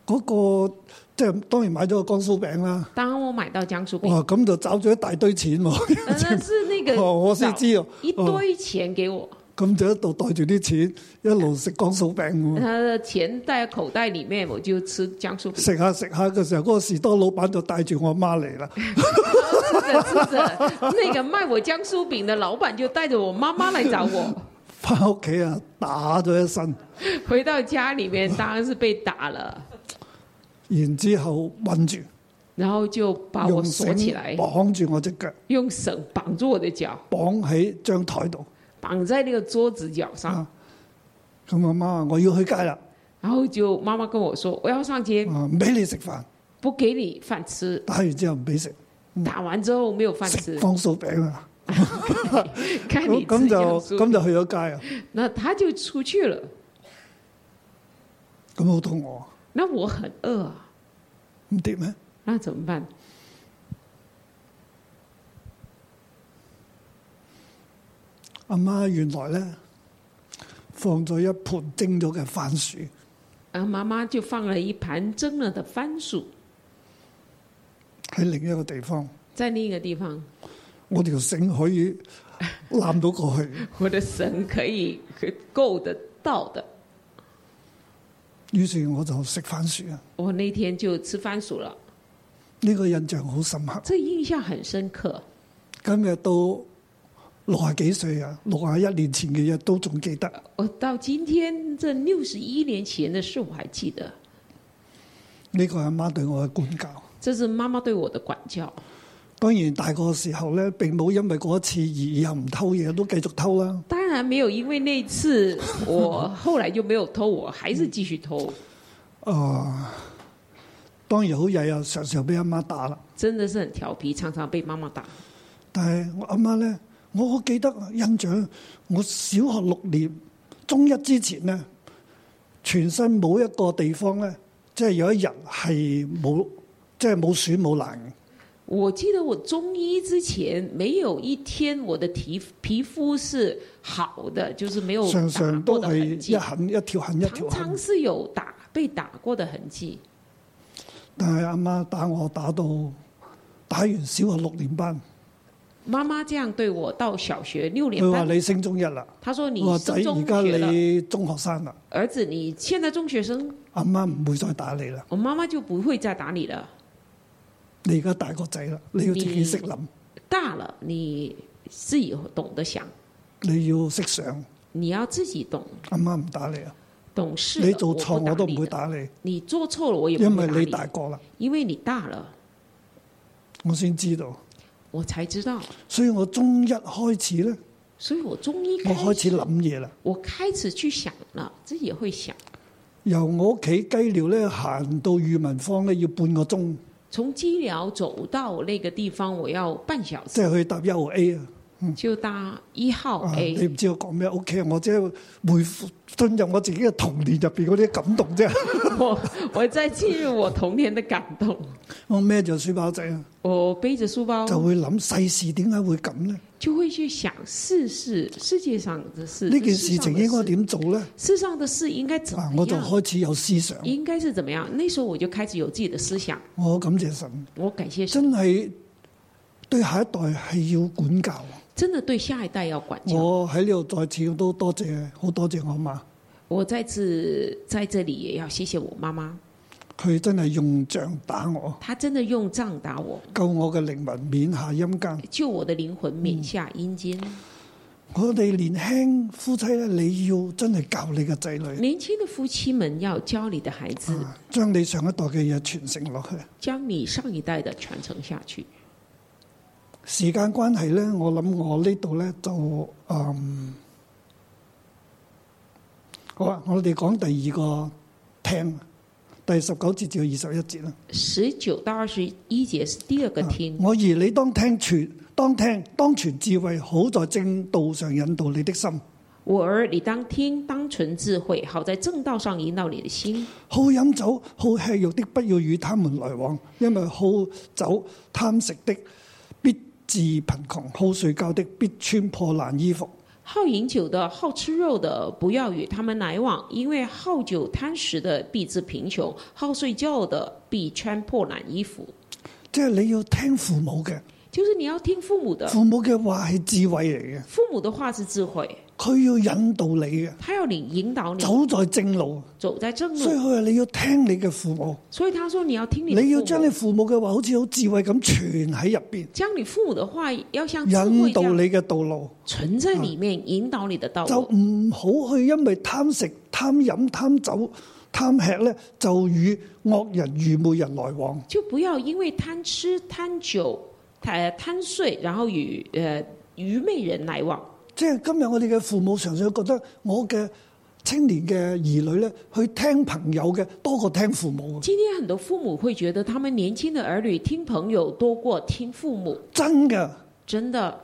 S2: 嗰、個即係當然買咗個江蘇餅啦。
S3: 当我买到江苏饼，
S2: 哇！咁就找咗一大堆錢喎，
S3: 呃那是那个
S2: 哦 我先
S3: 找
S2: 知哦，
S3: 一
S2: 哦
S3: 堆钱给我，
S2: 咁就一度袋住啲錢，一路食江蘇餅喎。
S3: 他的钱在口袋里面，我就吃江苏饼，
S2: 食下食下嘅時候，嗰、個士多老闆就帶住我媽嚟 啦。
S3: 吃着吃着，那个卖我江苏饼的老板就带着我妈妈来找我，
S2: 翻屋企啊，打咗一身，
S3: 回到家里面当然是被打了，
S2: 然之後韞住，
S3: 然后就把
S2: 用
S3: 我锁起
S2: 繩
S3: 来，
S2: 綁住我只腳，
S3: 用绳绑住我的脚，
S2: 綁喺張台度。
S3: 绑在那个桌子角上，
S2: 啊咁我媽話：我要去街啦。
S3: 然后就妈妈跟我说我要上街，
S2: 啊唔俾你食飯，
S3: 不给你饭吃，
S2: 打完之後唔俾食，
S3: 打完之后没有饭
S2: 食
S3: 吃，
S2: 江蘇餅啊！
S3: 看 你吃
S2: 咁咁
S3: 江
S2: 就
S3: 苏
S2: 咁就去咗街啊！
S3: 那他就出去了。
S2: 咁好肚餓，
S3: 那我很饿啊，
S2: 咁點咧？
S3: 那怎么办？
S2: 阿媽原來呢，放咗一盤蒸咗嘅番薯，
S3: 啊，妈妈就放了一盘蒸了的番薯
S2: 喺另一個地方，
S3: 在另一个地方，
S2: 我條繩可以攬到過去。
S3: 我的神可以可够得到的。
S2: 於是我就食番薯啊！
S3: 我那天就吃番薯了，
S2: 呢、個印象好深刻。
S3: 这印象很深刻。
S2: 今日到六啊幾歲啊，六啊一年前嘅嘢都仲記得。
S3: 我到今天这六十一年前的事我还记得，
S2: 呢、個係阿媽對我嘅管教。
S3: 这是妈妈对我的管教。
S2: 當然大個嘅時候呢，並冇因為嗰一次而以後唔偷嘢，都繼續偷啦。
S3: 当然没有，因为那次我后来就没有偷，我还是继续偷，
S2: 啊、當然好曳啊，常常俾阿媽打啦。
S3: 真的是很调皮，常常被妈妈打。
S2: 但係我阿媽呢，我好記得啊印象，我小學六年中一之前呢，全身冇一個地方呢，即係有一日係冇，即係冇鼠冇爛嘅。
S3: 我记得我中医之前没有一天我的皮皮肤是好的，就是没有
S2: 常
S3: 打
S2: 常
S3: 过
S2: 都
S3: 的
S2: 係
S3: 痕迹
S2: 一，痕一條痕一條
S3: 常常
S2: 痕，
S3: 是有打被打过的痕迹。
S2: 但係阿媽打我打到打完小學六年班，
S3: 妈妈这样对我到小学六年
S2: 佢話
S3: 班，
S2: 你升中一啦，
S3: 她说你
S2: 我話仔
S3: 升
S2: 而
S3: 中
S2: 家
S3: 学了，
S2: 你中學生啦，
S3: 儿子你现在中学生，
S2: 阿媽唔會再打你啦，
S3: 我妈妈就不会再打你了。
S2: 你而家大個仔啦，你要自己識諗，
S3: 大了，你自己懂得想，
S2: 你要識想，
S3: 你要自己懂
S2: 阿媽唔打你啊，
S3: 懂事了。
S2: 你做錯我
S3: 我
S2: 都唔會
S3: 会的，
S2: 打你，
S3: 你做错了我也不
S2: 因
S3: 会
S2: 為
S3: 打
S2: 你大個啦，
S3: 因为你大了，
S2: 我先知道，
S3: 我才知道。
S2: 所以我中一開始咧，
S3: 所以我中医开
S2: 我開始諗嘢啦。
S3: 我开始去想了，自己也会想。
S2: 由我屋企雞寮咧行到裕民坊咧，要半個鐘，
S3: 从基寮走到那个地方，我要半小
S2: 即
S3: 时，
S2: 係去搭 U A 啊。
S3: 就搭一号
S2: 啊！你
S3: 哦 A。
S2: 唔知我講咩？O K，我即係回復進入我自己嘅童年入邊嗰啲感動 啫。
S3: 我我在进入我童年的感动。
S2: 我孭住書包仔啊，
S3: 我背着书包
S2: 就會諗世事點解會咁呢？
S3: 就会去想世事世界上的事，
S2: 呢件事情
S3: 世
S2: 應該
S3: 上的事
S2: 點做呢？
S3: 世上的事应该怎
S2: 啊
S3: 么，
S2: 我就
S3: 样？
S2: 開始有思想。
S3: 应该是怎么样？那时候我就开始有自己的思想，
S2: 我感謝神，
S3: 我感谢神，
S2: 真係對下一代係要管教。
S3: 真的对下一代要管教。
S2: 我喺呢度再次都多謝，好多謝我媽，
S3: 我再次在这里也要谢谢我妈妈，
S2: 佢真係用杖打我，
S3: 她真的用杖打我，
S2: 救我嘅靈魂免下陰間。
S3: 救我的灵魂免下阴间。
S2: 我哋年輕夫妻咧，你要真係教你嘅仔女。
S3: 年轻的夫妻们要教你的孩子，
S2: 啊將你上一代嘅嘢傳承落去。
S3: 将你上一代的传承下去。
S2: 時間關係咧，我諗我呢度咧就嗯好啊，我哋講第二個廳，第十九節至二十一節啦。
S3: 十九到二十一节是第二个听，
S2: 嗯我兒你當聽傳，當聽當傳智慧，好在正道上引導你的心。
S3: 我儿，你当听，当存智慧，好在正道上引导你的心。
S2: 好飲酒、好吃肉的，不要與他們來往，因為好酒、貪食的必致貧窮，好睡覺的必穿破爛衣服。
S3: 好饮酒的、好吃肉的，不要与他们来往，因为好酒贪食的必致贫穷，好睡觉的必穿破烂衣服。
S2: 即係你要聽父母嘅，
S3: 就是你要听父母的，
S2: 父母嘅話係智慧嚟嘅，
S3: 父母的话是智慧，
S2: 佢要引導你嘅，
S3: 他要你引导你
S2: 走在正路。
S3: 走在正
S2: 所以
S3: 路。
S2: 佢話你要聽你嘅父母，
S3: 所以他说你要听你的
S2: 你要
S3: 父
S2: 將你
S3: 母，
S2: 父母嘅話好似好智慧咁存喺入邊，
S3: 将你父母的话要像智嗯慧这
S2: 引導
S3: 样
S2: 你嘅道路，
S3: 存在
S2: 嗯
S3: 里面，引导你的道
S2: 就
S3: 路。
S2: 唔好去因為貪食、貪飲、貪酒、貪吃咧，就與惡人、愚昧人來往。
S3: 就不要因为贪吃、贪酒、贪贪睡，然后与呃愚昧人来往。
S2: 即係今日我哋嘅父母常常覺得我嘅青年嘅兒女咧，去聽朋友嘅多過聽父母。
S3: 今天很多父母会觉得他们年轻的儿女听朋友多过听父母，
S2: 真嘅，
S3: 真的，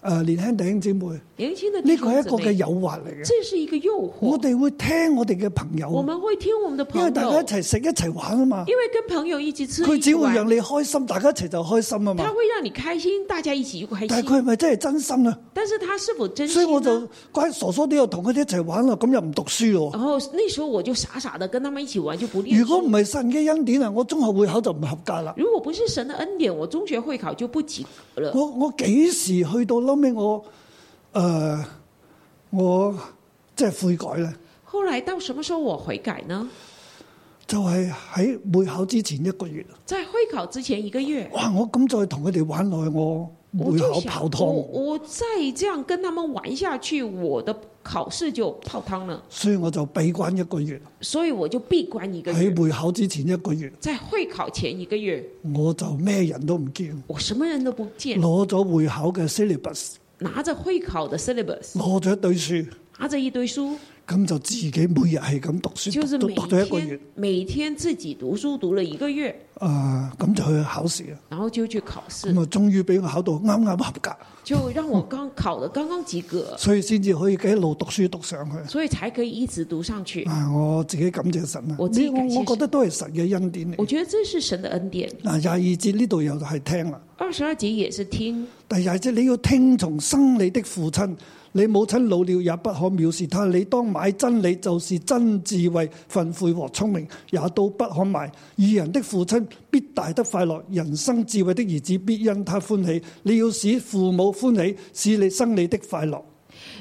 S2: 呃年輕弟兄姊妹，
S3: 年轻的弟
S2: 呢個
S3: 兄
S2: 係一
S3: 姊
S2: 個嘅
S3: 妹
S2: 誘惑嚟嘅。
S3: 这是一个诱
S2: 我
S3: 惑。
S2: 哋會聽我哋嘅朋
S3: 我
S2: 友，
S3: 们会听我们的朋
S2: 因
S3: 友，
S2: 為大家一齊食一齊玩啊嘛，
S3: 因為跟朋友一起吃，
S2: 佢
S3: 一起
S2: 只會
S3: 玩
S2: 讓你開心，大家一齊就開心啊嘛
S3: 他。会让你开心，大家一起开
S2: 但係
S3: 心。
S2: 佢係咪真係真心啊？
S3: 但是他是否真
S2: 所以我
S3: 心啊
S2: 就
S3: 呢？
S2: 乖傻傻啲又同佢哋一齊玩啦，咁又唔讀書咯。
S3: 然后那时候我就傻傻的跟他们一起玩，就不念
S2: 如果
S3: 书。
S2: 唔係神嘅恩典啊，我中學會考就唔合格啦。
S3: 如果不是神的恩典，我中学会考就不及格了。
S2: 我我幾時去到後尾我诶、呃我即係悔改咧？
S3: 后来到什么时候我悔改呢？
S2: 就係喺會考之前一個月，
S3: 在会考之前一个月，
S2: 哇！我咁再同佢哋玩落去，我
S3: 我
S2: 會
S3: 就
S2: 考
S3: 想
S2: 泡，
S3: 我
S2: 湯，
S3: 我再这样跟他们玩下去，我的考试就泡汤了。
S2: 所以我就閉關一個月。
S3: 所以我就闭关一个月
S2: 喺，會考之前一個月，
S3: 在会考前一个月，
S2: 我就咩人都唔見，
S3: 我什么人都不见，
S2: 攞咗會考嘅 syllabus，
S3: 拿着会考的 syllabus，
S2: 攞咗一堆書。
S3: 拿着一堆书，
S2: 咁就自己每日係咁讀書，
S3: 就是
S2: 讀
S3: 每
S2: 讀讀咗一個月
S3: 天，每天自己读书读了一个月，
S2: 啊、咁就去考試啊，
S3: 然后就去考试
S2: 咁，啊終於俾我考到啱啱合格，
S3: 就让我刚考的剛剛及格，
S2: 所以先至可以一路讀書讀上去。
S3: 所以才可以一直读上去。
S2: 啊，我自己感謝神啊！
S3: 我自己
S2: 呢
S3: 感謝
S2: 我
S3: 神
S2: 我覺得都係神嘅恩典
S3: 我
S2: 嚟。
S3: 觉得这是神的恩典。
S2: 嗱，廿二節呢度又係聽啦，
S3: 二十二节也是听，
S2: 第廿節你要聽從生你的父親，你母親老了也不可藐視他。你當買真理，就是真智慧、訓悔和聰明，也都不可賣。義人的父親必大得快樂，人生智慧的兒子必因他歡喜。你要使父母歡喜，使你生你的快樂。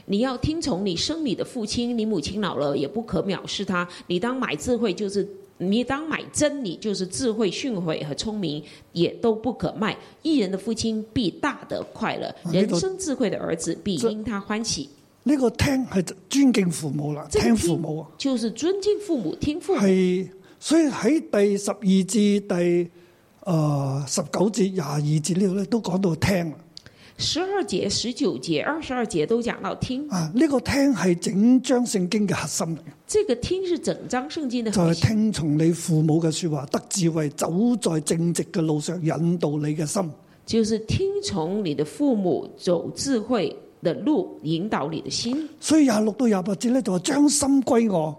S3: 你要听从你生你的父亲，你母亲老了也不可藐视他。你当买智慧，就是你当买真理，就是智慧、训诲和聪明，也都不可卖。一人的父亲必大得快乐，
S2: 啊呢
S3: 人
S2: 度
S3: 生智慧的儿子必
S2: 这
S3: 因他欢喜。
S2: 呢、個聽係尊敬父母啦，
S3: 這個
S2: 聽父母啊，
S3: 就是尊敬父母，听父母。
S2: 係所以喺第十二至第誒十九節、廿二節呢度咧都講到聽啦。
S3: 十二节、十九节、二十二节都讲到听，
S2: 啊！呢、個聽係整章聖經嘅核心嚟嘅，
S3: 这个听是整张圣经的
S2: 就
S3: 核
S2: 係、
S3: 心，
S2: 聽從你父母嘅說話，得智慧，走在正直嘅路上，引導你嘅心。
S3: 就是听从你的父母走智慧的路，引导你的心。
S2: 所以廿六到廿八節咧就話將心歸我，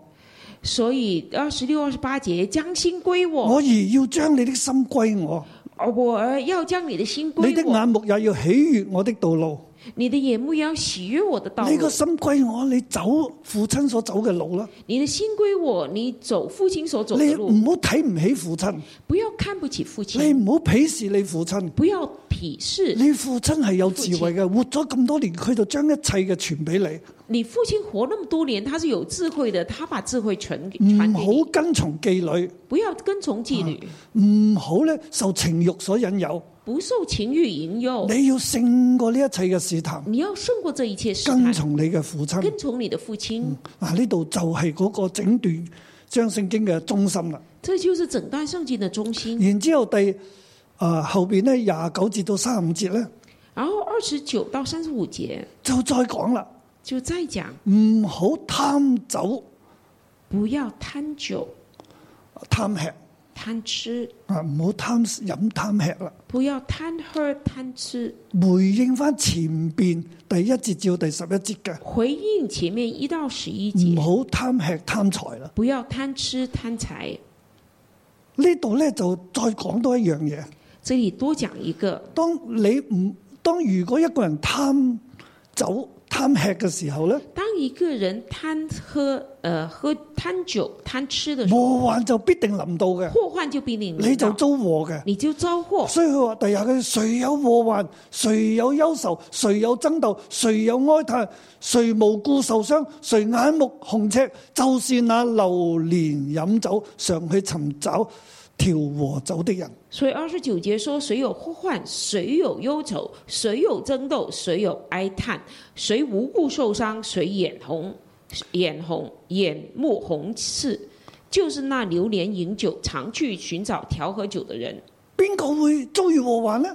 S3: 所以二十六、二十八节，将心归我，
S2: 我兒要將你的心歸我，
S3: 而我儿要将你的心
S2: 你
S3: 归
S2: 的
S3: 我，
S2: 眼目也要喜悅我的道路。
S3: 你的眼目要喜悦我的道
S2: 你個
S3: 路，
S2: 心歸我，你走父親所走嘅路啦。
S3: 你的心归我，你走父亲所走
S2: 你
S3: 的路，
S2: 唔好睇唔起父親，
S3: 不要看不起父
S2: 你
S3: 亲，
S2: 唔好鄙視你父親。
S3: 不要鄙视
S2: 你父親係有智慧嘅，活咗咁多年，佢就將一切嘅傳俾你。
S3: 你父亲活那么多年，他是有智慧的，他把智慧传给
S2: 唔
S3: 传给你
S2: 嗯好，啊跟從妓女，
S3: 不要跟从妓女，
S2: 唔好咧受情欲所引誘。
S3: 不受情欲引诱，
S2: 你要勝過呢一切嘅試探，
S3: 你要胜过这一切试
S2: 跟嗯
S3: 探，
S2: 從你嘅父親。
S3: 跟从你的父亲。
S2: 嗱，呢度就係嗰個整段將聖經嘅中心啦。
S3: 这就是整段圣经的中心。
S2: 然之後第啊、後邊咧廿九節到三十五節咧，
S3: 然后二十九到三十五节
S2: 就再講啦，
S3: 就再讲，
S2: 唔好貪酒
S3: 不要贪酒、
S2: 貪吃
S3: 贪吃，
S2: 啊，唔好貪飲貪吃啦。
S3: 不要贪喝、贪吃。
S2: 回應翻前邊第一節至到第十一節嘅，
S3: 回应前面一到十一
S2: 唔
S3: 节，
S2: 好貪吃貪財啦。
S3: 不要贪吃贪财。
S2: 呢度咧就再講多一樣嘢。
S3: 这里多讲一个，
S2: 當你唔當如果一個人貪酒貪吃嘅時候咧，
S3: 当一个人贪喝、呃喝贪酒、贪吃的时候，
S2: 禍患就必定臨到嘅，
S3: 祸患就必定
S2: 你
S3: 临
S2: 就
S3: 到，
S2: 遭禍嘅。
S3: 你就遭祸。
S2: 所以佢話：第廿句，誰有禍患，誰有憂愁，誰有爭鬥，誰有哀嘆，誰無故受傷，誰眼目紅赤，就是那流連飲酒，常去尋找調和酒的人。
S3: 所以二十九节说：谁有祸患，谁有忧愁，谁有争斗，谁有哀叹，谁无故受伤，谁眼红，眼红，眼目红赤，就是那流连饮酒，常去寻找调和酒的人。
S2: 邊個會遭遇禍患呢？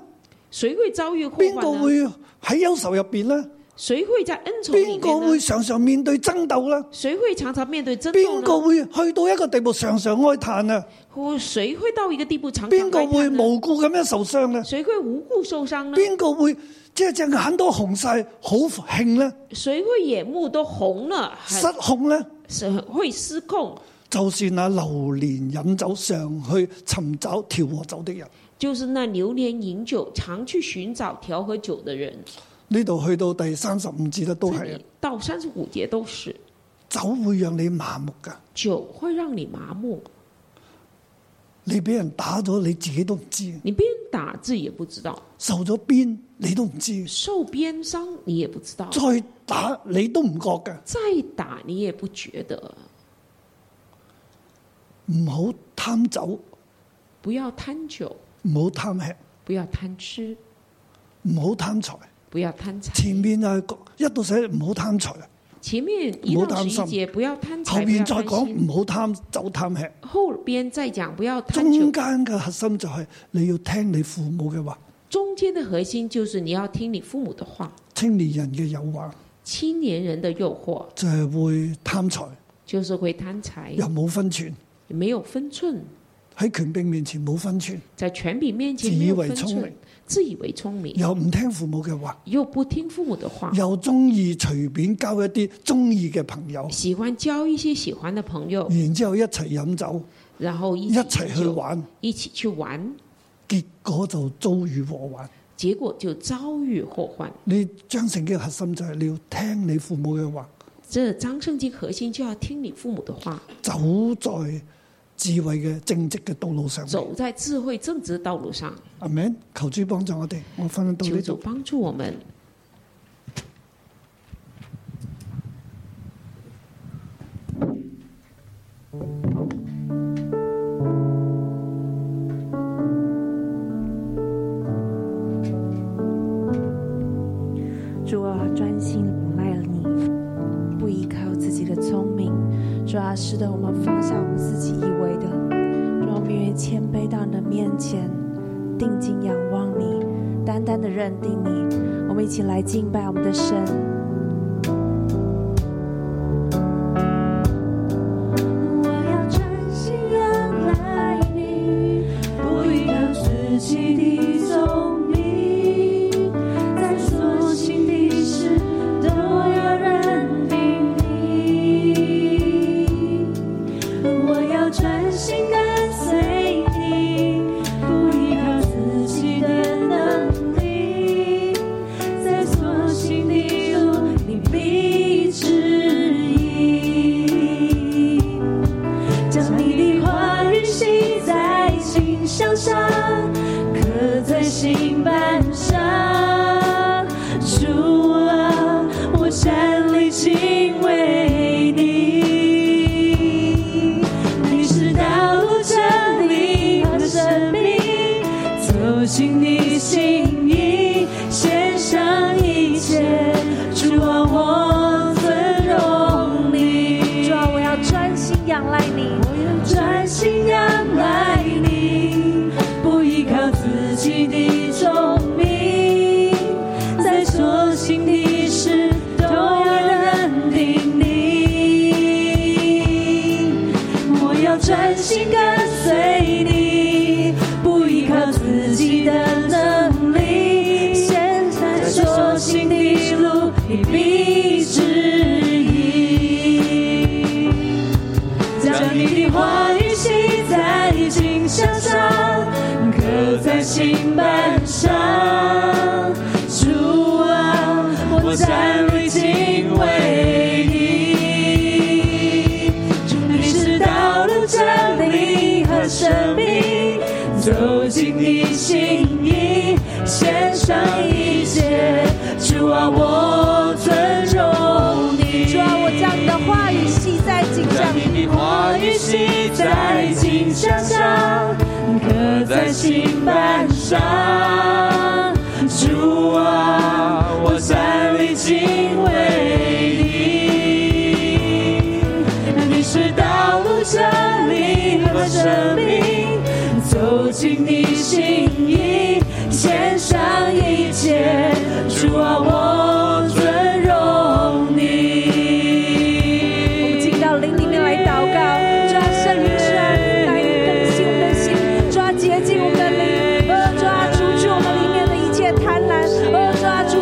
S3: 谁会遭遇祸
S2: 邊個
S3: 患呢？啊
S2: 會喺憂愁入邊呢？
S3: 谁会在恩仇里
S2: 邊個
S3: 面啊呢
S2: 會？常常面對爭鬥呢？
S3: 谁会常常面对争
S2: 邊個
S3: 斗呢？
S2: 會去到一個地步常常哀嘆啊？
S3: 或谁会到一个地步常常
S2: 邊個
S3: 哀
S2: 會
S3: 叹呢？
S2: 無故咁樣受傷呢？
S3: 谁会无故受伤呢？
S2: 邊個會即係隻眼都紅晒，好興咧，
S3: 谁会眼目都红了，很
S2: 失控咧，
S3: 是很会失控，
S2: 就是那流連飲酒，常去尋找調和酒的人。
S3: 就是那流连饮酒、常去寻找调和酒的人。
S2: 呢度去到第三十五節咧，都
S3: 这
S2: 係啊
S3: 里到三十五节都是
S2: 酒會讓你麻木噶，
S3: 酒会让你麻木，
S2: 你俾人打咗，你自己都唔知，
S3: 你被人打自己也不知道，
S2: 受咗鞭你都唔知，
S3: 受鞭伤你也不知道，
S2: 再打你都唔覺嘅。
S3: 再打你也不觉得。
S2: 唔好貪酒，唔
S3: 不要贪酒，
S2: 好貪吃，
S3: 不要贪吃，
S2: 唔好貪財。
S3: 不要贪财。
S2: 前面就係講一到寫唔好貪財，
S3: 前面一
S2: 唔好
S3: 到
S2: 贪
S3: 十
S2: 心
S3: 一节不要贪
S2: 後
S3: 财，不
S2: 面
S3: 要
S2: 再
S3: 贪
S2: 講
S3: 心。
S2: 唔好貪酒貪吃。
S3: 后边再讲不要贪酒
S2: 中，間嘅核心就係你要聽你父母嘅話，
S3: 中间的核心就是你要听你父母的话。
S2: 青年人嘅誘惑
S3: 青年人的诱惑
S2: 就係會貪財，
S3: 就是会贪财，
S2: 又冇分寸，
S3: 没有分寸，
S2: 喺權柄面前冇分寸，
S3: 在权柄面前
S2: 自以
S3: 没有
S2: 为
S3: 分
S2: 聪
S3: 寸
S2: 明，
S3: 自以为聪明，
S2: 又唔聽父母嘅話，
S3: 又不听父母的话，
S2: 又中意隨便交一啲中意嘅朋友，
S3: 喜欢交一些喜欢的朋友，
S2: 然之後一齊飲酒，
S3: 然后一
S2: 一
S3: 起
S2: 齊去
S3: 就，
S2: 玩，
S3: 一起去玩，
S2: 結果就遭遇禍患。
S3: 结果就遭遇祸患。
S2: 你將聖經嘅核心就係你要聽你父母嘅話，
S3: 这张圣经核心就要听你父母的话，
S2: 走在智慧嘅正直嘅道路上面。
S3: 走在智慧正直的道路上。
S2: 阿 Man，求主幫助我哋，我分享到
S3: 求
S2: 呢
S3: 主
S2: 度。
S3: 帮助我们。
S4: 主啊，专心仰赖了你，不依靠自己的聪明。主啊，使得我们放下我们自己以为的，主啊，我们愿意谦卑到你的面前，定睛仰望你，单单的认定你。我们一起来敬拜我们的神。
S5: 我要真心仰赖你，不依靠自己的聪明，在所行的事都要认定你。我要专心跟随你，不依靠自己的能力，在所行的路你必指引。将你的话语写在心上上，刻在心板上。主啊，我站立敬畏你，你是道路真理和生命，走进你心意，献上一切。主啊，我尊荣你。
S4: 主啊，我要专心仰赖你，
S5: 我要专心仰赖你，不依靠自己的聪明，在所行的事都要认定你。我要专心跟随你，不依靠自己的能力，现在所行的路你必指引。将你的话语写在经上上，刻在心板上。主啊，我站立敬畏你。主，你是道路、真理和生命，走进你心意，献上一切。主啊，我尊重你。
S4: 主啊，我将你的话语系在颈
S5: 将
S4: 上，
S5: 你的话语写在心上上，刻在心板上。主啊，我站立敬畏你，你是道路、真理和生命，走进你心意，献上一切。主啊，我尊荣你。
S4: 我们进到灵里面来祷告，主啊，圣灵是啊，来更新我们的心，主啊，洁净我们的灵，呃，主啊，除去我们里面的一切贪婪，呃，主啊，除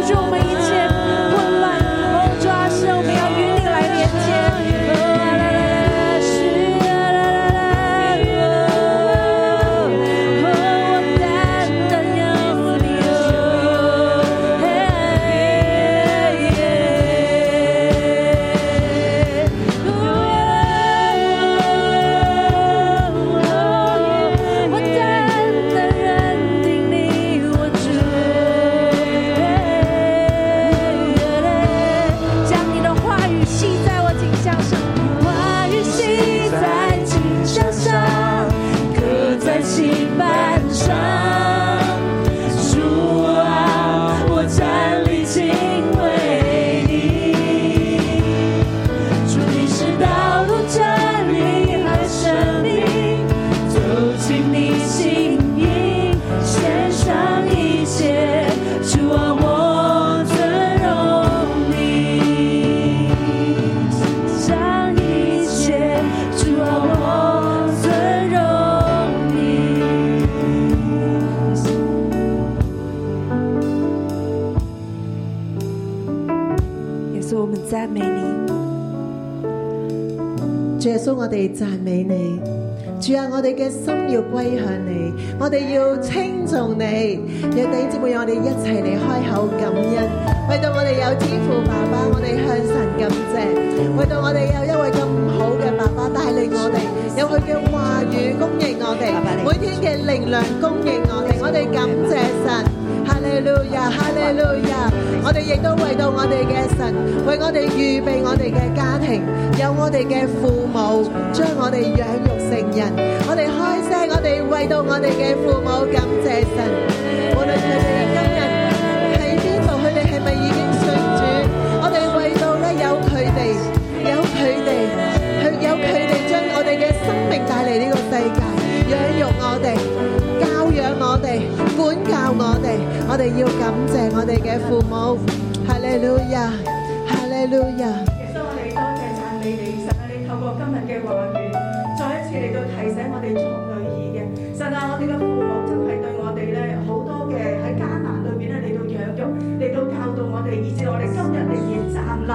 S6: 啊啊
S7: 主耶穌，我哋讚美你。主啊，我哋嘅心要歸向你，我哋要稱頌你。讓弟兄姊妹，我哋一齊嚟開口感恩，為到我哋有天父爸爸，我哋向神感謝；為到我哋有一位咁好嘅爸爸帶領我哋，有佢嘅話語供應我哋，每天嘅靈糧供應我哋，我哋感謝神。哈利路亞，哈利路亞！我哋亦都為到我哋嘅神，為我哋預備我哋嘅家庭，有我哋嘅父母將我哋養育成人。我哋開聲，我哋為到我哋嘅父母感謝神。無論佢哋今日喺邊度，佢哋係咪已經信主？我哋為到咧有佢哋，有佢哋，佢有佢哋將我哋嘅生命帶嚟呢個世界，養育我哋。教養我哋，管教我哋，我哋要感謝我哋嘅父母。哈利路亞，哈利路亞。
S8: 耶穌，我哋多謝讚美你，神啊！你透過今日嘅話語，再一次嚟到提醒我哋從女兒嘅神啊！我哋嘅父母真係對我哋咧好多嘅喺艱難裏邊咧嚟到養育，嚟到教導我哋，以至我哋今日仍然站立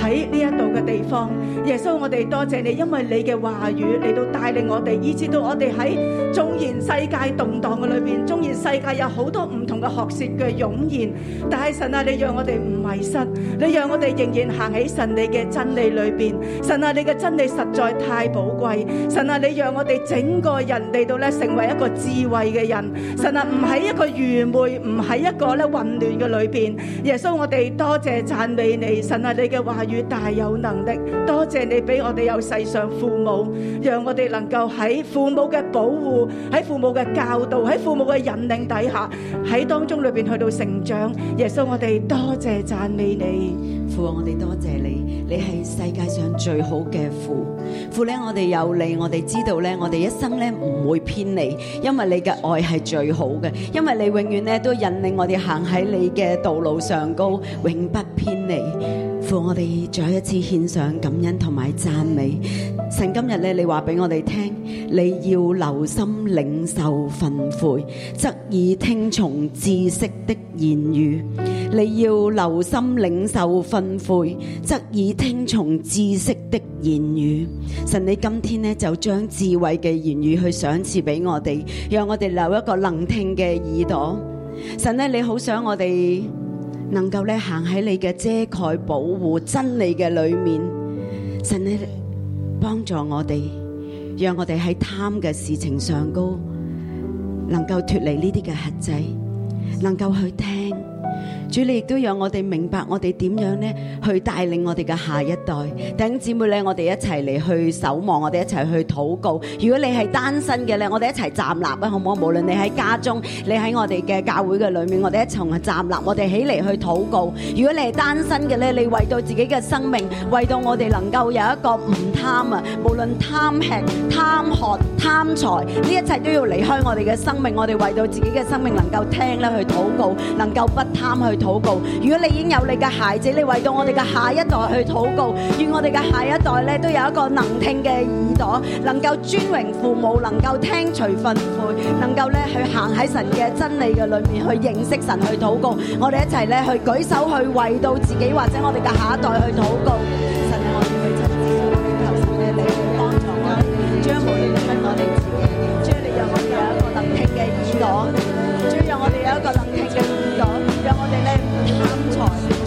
S8: 喺呢一度嘅地方。耶穌，我哋多謝你，因為你嘅話語嚟到帶領我哋，以至到我哋喺縱然世界動盪嘅裏邊，縱然世界有好多唔同嘅學説嘅湧現，但係神啊，你讓我哋唔迷失，你讓我哋仍然行喺神你嘅真理裏邊。神啊，你嘅真理實在太寶貴。神啊，你讓我哋整個人嚟到咧成為一個智慧嘅人。神啊，唔喺一個愚昧，唔喺一個咧混亂嘅裏邊。耶穌，我哋多謝讚美你。神啊，你嘅話語大有能力。多謝你俾我哋有世上父母，讓我哋能夠喺父母嘅保護、喺父母嘅教導、喺父母嘅引領底下，喺當中裏邊去到成長。耶穌，我哋多謝讚美你。
S6: 父啊，我哋多謝你，你係世界上最好嘅父。父咧，我哋有你，我哋知道咧，我哋一生咧唔會偏離，因為你嘅愛係最好嘅，因為你永遠咧都引領我哋行喺你嘅道路上高，永不偏離。父，我哋再一次獻上感恩同埋讚美。神今日咧，你話俾我哋聽，你要留心領受訓誨，側耳聽從知識的言語。你要留心領受訓誨，側耳聽從知識的言語。神，你今天呢就將智慧嘅言語去賞賜俾我哋，讓我哋留一個能聽嘅耳朵。神呢，你好想我哋能夠咧行喺你嘅遮蓋保護真理嘅裏面。神呢，幫助我哋，讓我哋喺貪嘅事情上高，能夠脫離呢啲嘅轄制，能夠去聽。主，你亦都讓我哋明白我哋點樣咧去帶領我哋嘅下一代。弟兄姊妹咧，我哋一齊嚟去守望，我哋一齊去禱告。如果你係單身嘅咧，我哋一齊站立啊，好唔好？無論你喺家中，你喺我哋嘅教會嘅裏面，我哋一齊站立，我哋起嚟去禱告。如果你係單身嘅咧，你為到自己嘅生命，為到我哋能夠有一個唔貪啊，無論貪吃、貪喝、貪財，呢一切都要離開我哋嘅生命。我哋為到自己嘅生命能夠聽咧去禱告，能夠不貪去禱告。如果你已經有你嘅孩子，你為到我哋嘅下一代去禱告，願我哋嘅下一代咧都有一個能聽嘅耳朵，能夠尊榮父母，能夠聽隨訓誨，能夠咧去行喺神嘅真理嘅裏面去認識神去禱告。我哋一齊咧去舉手去為到自己或者我哋嘅下一代去禱告。神啊，我哋去親自求神嘅你去幫助我哋，將無論我哋自己，將你讓我哋有一個能聽嘅耳朵。主讓我哋有一個能聽嘅耳朵，讓我哋咧唔貪財，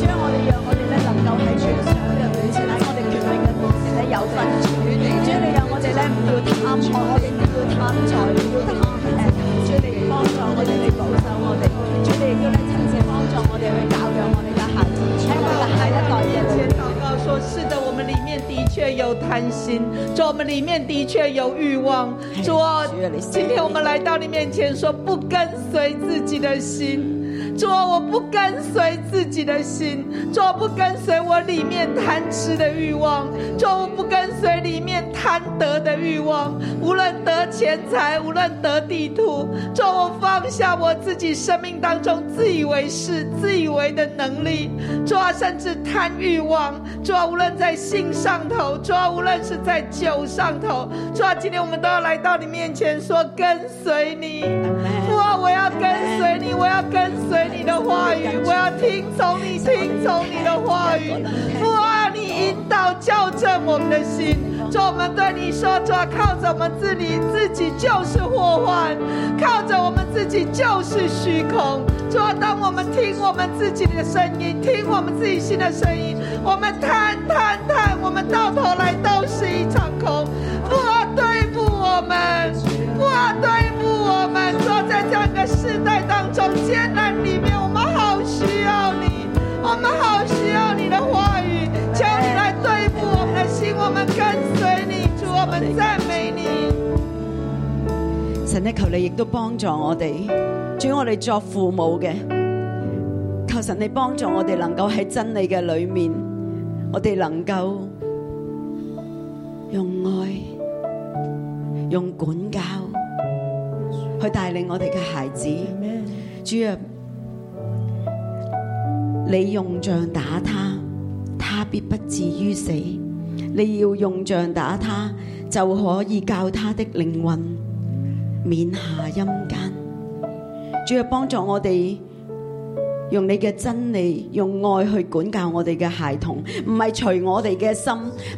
S6: 將我哋讓我哋咧能夠喺傳上嘅裏面，喺我哋權柄嘅裏面咧有份處理。主你讓我哋咧唔要貪愛，我哋唔要貪財，唔要貪誒。主你幫助我哋，你保守我哋。主你亦都咧親自幫助我哋去教養我哋嘅孩子，喺我哋嘅下一代嘅裏面
S9: 先祷告说：是的，我们里面的确有贪心，主，我们里面的确有欲望，主
S7: 哎
S9: 啊，今天我们来到你面前，说不跟随自己的心，主啊，我不跟随自己的心，主啊，不跟随我里面贪吃的欲望，主啊，我不跟随里面贪得的欲望，无论得钱财，无论得地图，主啊，我放下我自己生命当中自以为是、自以为的能力，主啊，甚至贪欲望，主啊，无论在性上头，主啊，无论是在酒上头，主啊，今天我们都要来到你面前说跟随你，父啊，我要跟随你，我要跟随你的话语，我要听从你，听从你的话语，父啊，你引导校正我们的心。主，啊我们对你说，主，啊靠着我们自己，自己就是祸患；靠着我们自己就是虚空。主，啊当我们听我们自己的声音，听我们自己心的声音，我们叹叹叹，我们到头来都是一场空。不要对付我们，不要对付我们。主，在这样一个世代当中，艰难里面，我们好需要你。我们好需要你的话语，求你来对付我们的心，我们跟随你，主，我们赞美你。
S6: 神咧，求你亦都幫助我哋，主我哋作父母嘅，求神你幫助我哋能夠喺真理嘅裏面，我哋能夠用愛、用管教去帶領我哋嘅孩子。主啊，你用杖打他，他必不至於死；你要用杖打他，就可以教他的靈魂。免下陰間。主要幫助我哋用你嘅真理，用愛去管教我哋嘅孩童，唔係隨我哋嘅心，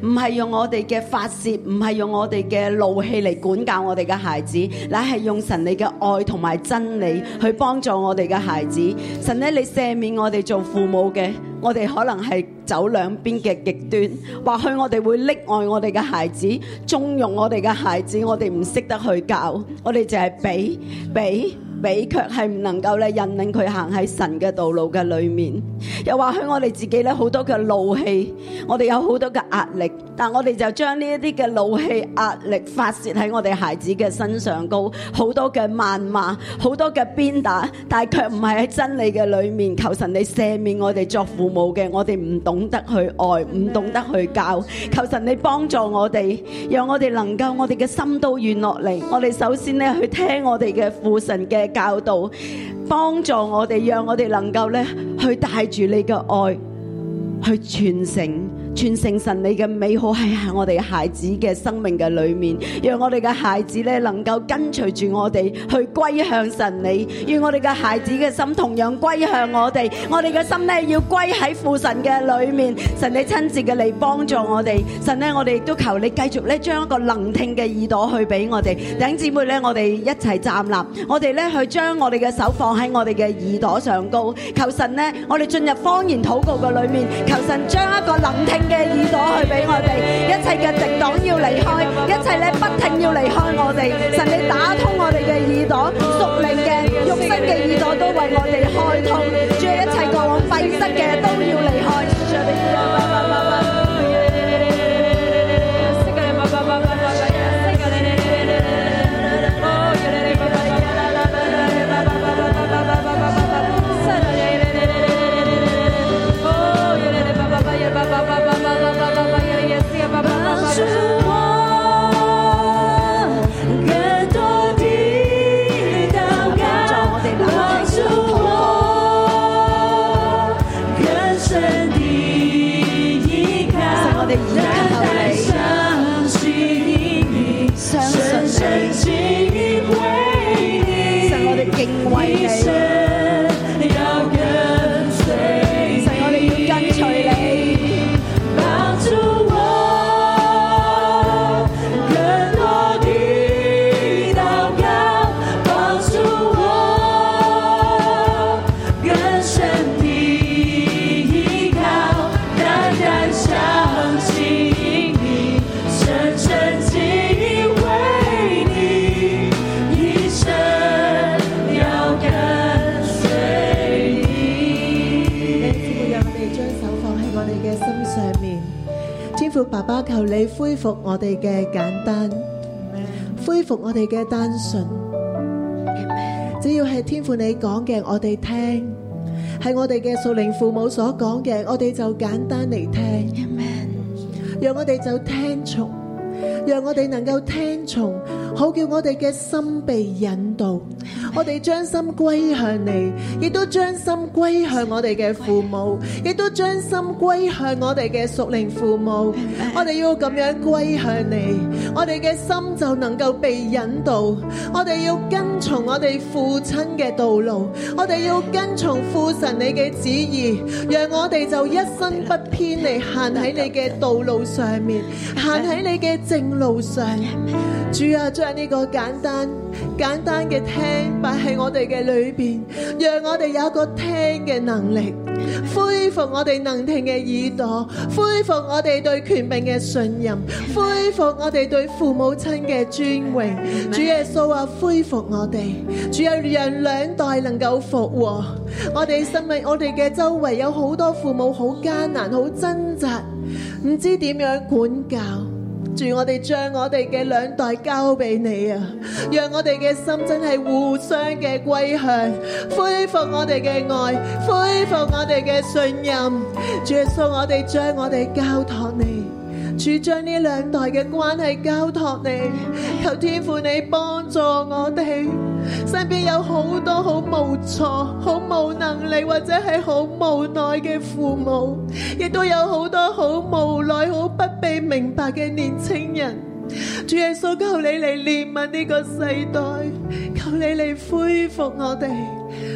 S6: 唔係用我哋嘅發泄，唔係用我哋嘅怒氣嚟管教我哋嘅孩子，乃係用神你嘅愛同埋真理去幫助我哋嘅孩子。神咧，你赦免我哋做父母嘅，我哋可能係走兩邊嘅極端，或許我哋會溺愛我哋嘅孩子，縱容我哋嘅孩子，我哋唔識得去教，我哋就係俾俾。俾卻係唔能夠咧引領佢行喺神嘅道路嘅裏面，又或許我哋自己咧好多嘅怒氣，我哋有好多嘅壓力，但我哋就將呢一啲嘅怒氣、壓力發泄喺我哋孩子嘅身上高，好多嘅謾罵，好多嘅鞭打，但係卻唔係喺真理嘅裏面。求神你赦免我哋作父母嘅，我哋唔懂得去愛，唔懂得去教。求神你幫助我哋，讓我哋能夠我哋嘅心都軟落嚟。我哋首先咧去聽我哋嘅父神嘅教導，幫助我哋，讓我哋能夠咧去帶住你嘅愛。去傳承。傳承神你嘅美好喺我哋孩子嘅生命嘅裏面，讓我哋嘅孩子咧能夠跟隨住我哋去歸向神你，願我哋嘅孩子嘅心同樣歸向我哋，我哋嘅心咧要歸喺父神嘅裏面，神你親自嘅嚟幫助我哋，神咧我哋亦都求你繼續咧將一個能聽嘅耳朵去俾我哋，弟兄姊妹咧我哋一齊站立，我哋咧去將我哋嘅手放喺我哋嘅耳朵上高，求神咧我哋進入方言禱告嘅裏面，求神將一個能聽嘅耳朵去俾我哋，一切嘅敵擋要離開，一切咧不停要離開我哋。神你打通我哋嘅耳朵，屬靈嘅、肉身嘅耳朵都為我哋開通，主啊，一切過往閉塞嘅都要離開。
S5: 帮助我更多地祷告，帮助我更深地依靠，单单相信你，深深敬畏你，
S6: 神我哋敬畏
S5: 一
S6: 你
S5: 生。要跟随
S6: 神，我哋要跟隨你，
S5: 帮助我更多地祷告，帮助我更深地依靠，单单相信你，深深敬畏你，一生要跟随你。
S7: 让我哋将手放喺我哋嘅心上面。天父爸爸，求你恢复我哋嘅简单，恢复我哋嘅单纯。只要系天父你讲嘅，我哋听；系我哋嘅属灵父母所讲嘅，我哋就简单嚟听。让我哋就听从，让我哋能够听从，好叫我哋嘅心被引导。我哋将心归向你，亦都将心归向我哋嘅父母，亦都将心归向我哋嘅属灵父母。我哋要咁样归向你，我哋嘅心就能夠被引導。我哋要跟從我哋父親嘅道路，我哋要跟從父神你嘅旨意，讓我哋就一生不偏離，行喺你嘅道路上面，行喺你嘅正路上。主啊，將呢個簡單簡單嘅聽擺喺我哋嘅裏邊，讓我哋有一個聽嘅能力，恢復我哋能聽嘅耳朵，恢復我哋對權柄嘅信任，恢復我哋對父母親嘅尊榮。主耶穌啊，恢復我哋，主啊，讓兩代能夠復和。我哋生命，我哋嘅周圍有好多父母好艱難、好掙扎，唔知點樣管教。主，我哋將我哋嘅兩代交俾你啊，讓我哋嘅心真係互相嘅歸向，恢復我哋嘅愛，恢復我哋嘅信任。主耶穌，我哋將我哋交託你。主將呢兩代嘅關係交託你，求天父你幫助我哋。身邊有好多好無助、好冇能力或者係好無奈嘅父母，亦都有好多好無奈、好不被明白嘅年青人。主耶穌，求你嚟憐憫呢個世代，求你嚟恢復我哋。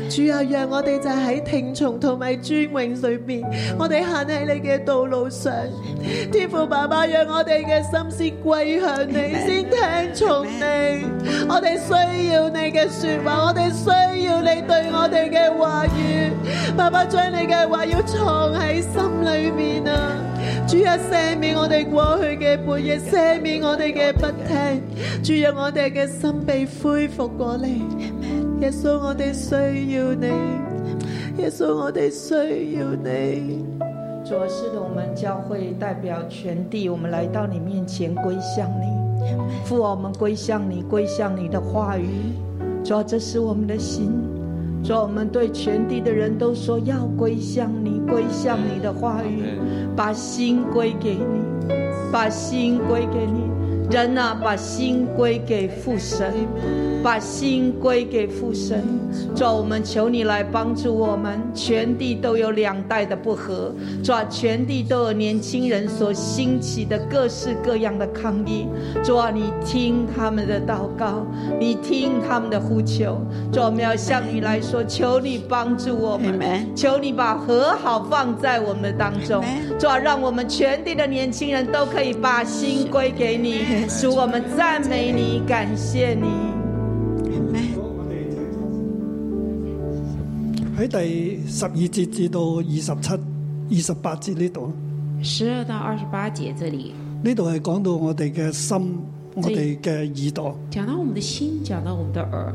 S7: 主啊，讓我哋就喺聽從同埋尊榮裏邊，我哋行喺你嘅道路上。天父爸爸，讓我哋嘅心思歸向你，先聽從你。我哋需要你嘅說話，我哋需要你對我哋嘅話語。爸爸將你嘅話要藏喺心裏面啊！主啊，赦免我哋過去嘅背逆，赦免我哋嘅不聽。主，讓我哋嘅心被恢復過嚟。耶穌，我哋需要你。耶穌，我哋需要你。
S10: 主啊，是的，我们教会代表全地，我们来到你面前归向你。父啊，我们归向你，归向你的话语。主啊，这是我们的心。主啊，我们对全地的人都说要归向你，归向你的话语，把心归给你，把心归给你。人啊，把心归给父神，把心归给父神。主啊，我们求你来帮助我们，全地都有两代的不和，主啊，全地都有年轻人所兴起的各式各样的抗议。主啊，你听他们的祷告，你听他们的呼求。主啊，我们要向你来说，求你帮助我们
S11: Amen，
S10: 求你把和好放在我们的当中。主啊，让我们全地的年轻人都可以把心归给你。主，我们赞美你，感谢你。
S2: 喺第十二節至到二十七、二十八節呢度，啊
S3: 十二到二十八节这里
S2: 呢度係講到我哋嘅心，我哋嘅耳朵。
S3: 讲到我们的心，讲到我们的耳。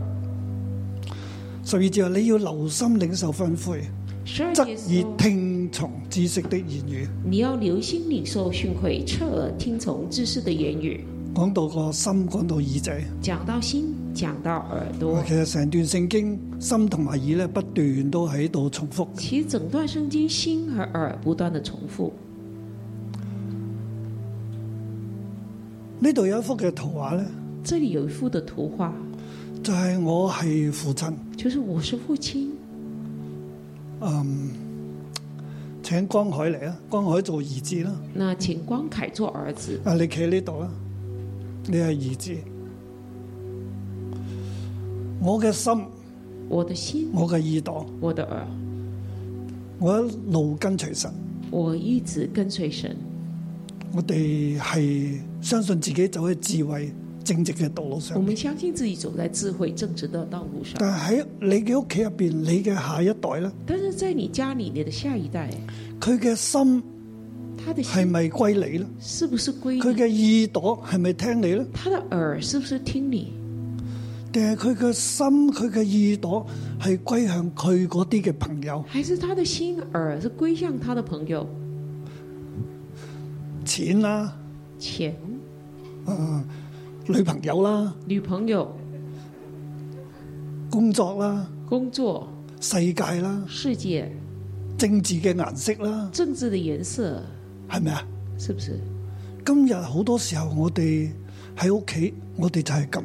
S2: 十二節話你要留心領受吩咐，
S3: 十二
S2: 則
S3: 节
S2: 以
S3: 说，
S2: 聽從知識的言語。
S3: 你要留心领受训诲，侧耳听从知识的言语。
S2: 講到個心，講到耳仔。
S3: 讲到心，讲到耳朵。
S2: 其實成段聖經心同埋耳咧不斷都喺度重複。
S3: 其实整段圣经，心和耳不断的重复。
S2: 呢度有一幅嘅圖畫咧，
S3: 这里有一幅的图画，
S2: 就係我係父親。
S3: 就是我是父亲，
S2: 請江海嚟啊，江海做兒子啦。
S3: 那请光凯做儿子。
S2: 啊，你企喺呢度啦，你係兒子。我嘅心，
S3: 我的心，
S2: 我嘅耳朵，
S3: 我的耳，
S2: 我一路跟隨神。
S3: 我一直跟随神。
S2: 我哋係相信自己走喺智慧正直嘅道路
S3: 我
S2: 上。
S3: 们相信自己走在智慧正直的道路上，
S2: 但係喺你嘅屋企入邊，你嘅下一代咧，
S3: 但是在你家里，你的下一代，
S2: 佢嘅心
S3: 他的
S2: 係
S3: 心
S2: 咪歸你咧？
S3: 是不是归
S2: 佢
S3: 你？
S2: 嘅耳朵係咪聽你咧？
S3: 他的耳是不是听你？
S2: 定係佢嘅心、佢嘅耳朵係歸向佢嗰啲嘅朋友、
S3: 还是他的心耳是归向他的朋友？
S2: 錢啦、
S3: 钱、
S2: 女朋友啦、
S3: 女朋友、
S2: 工作啦、
S3: 工作、
S2: 世界啦、
S3: 世界、
S2: 政治嘅顏色啦，
S3: 政治的颜色，
S2: 係咪啊？
S3: 是不是？
S2: 今日好多時候我哋喺屋企，我哋就係咁喎。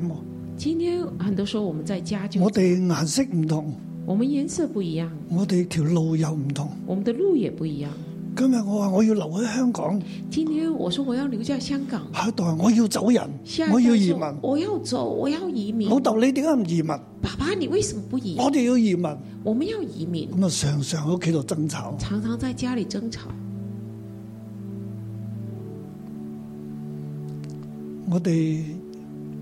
S3: 今天很多时候我们在家就
S2: 我哋顏色唔同，
S3: 我们颜色不一样，
S2: 我哋條路又唔同，
S3: 我们的路也不一样。
S2: 今日我話我要留喺香港，
S3: 今天我说我要留在香港，
S2: 下一代我要走人
S3: 下一，代
S2: 我要
S3: 说
S2: 移民。
S3: 我要走，我要移民。
S2: 老豆你點解唔移民？
S3: 爸爸，你为什么不移？
S2: 我哋要移民，
S3: 我们要移民，
S2: 咁啊常常喺屋企度爭吵。
S3: 常常在家里争吵。
S2: 我哋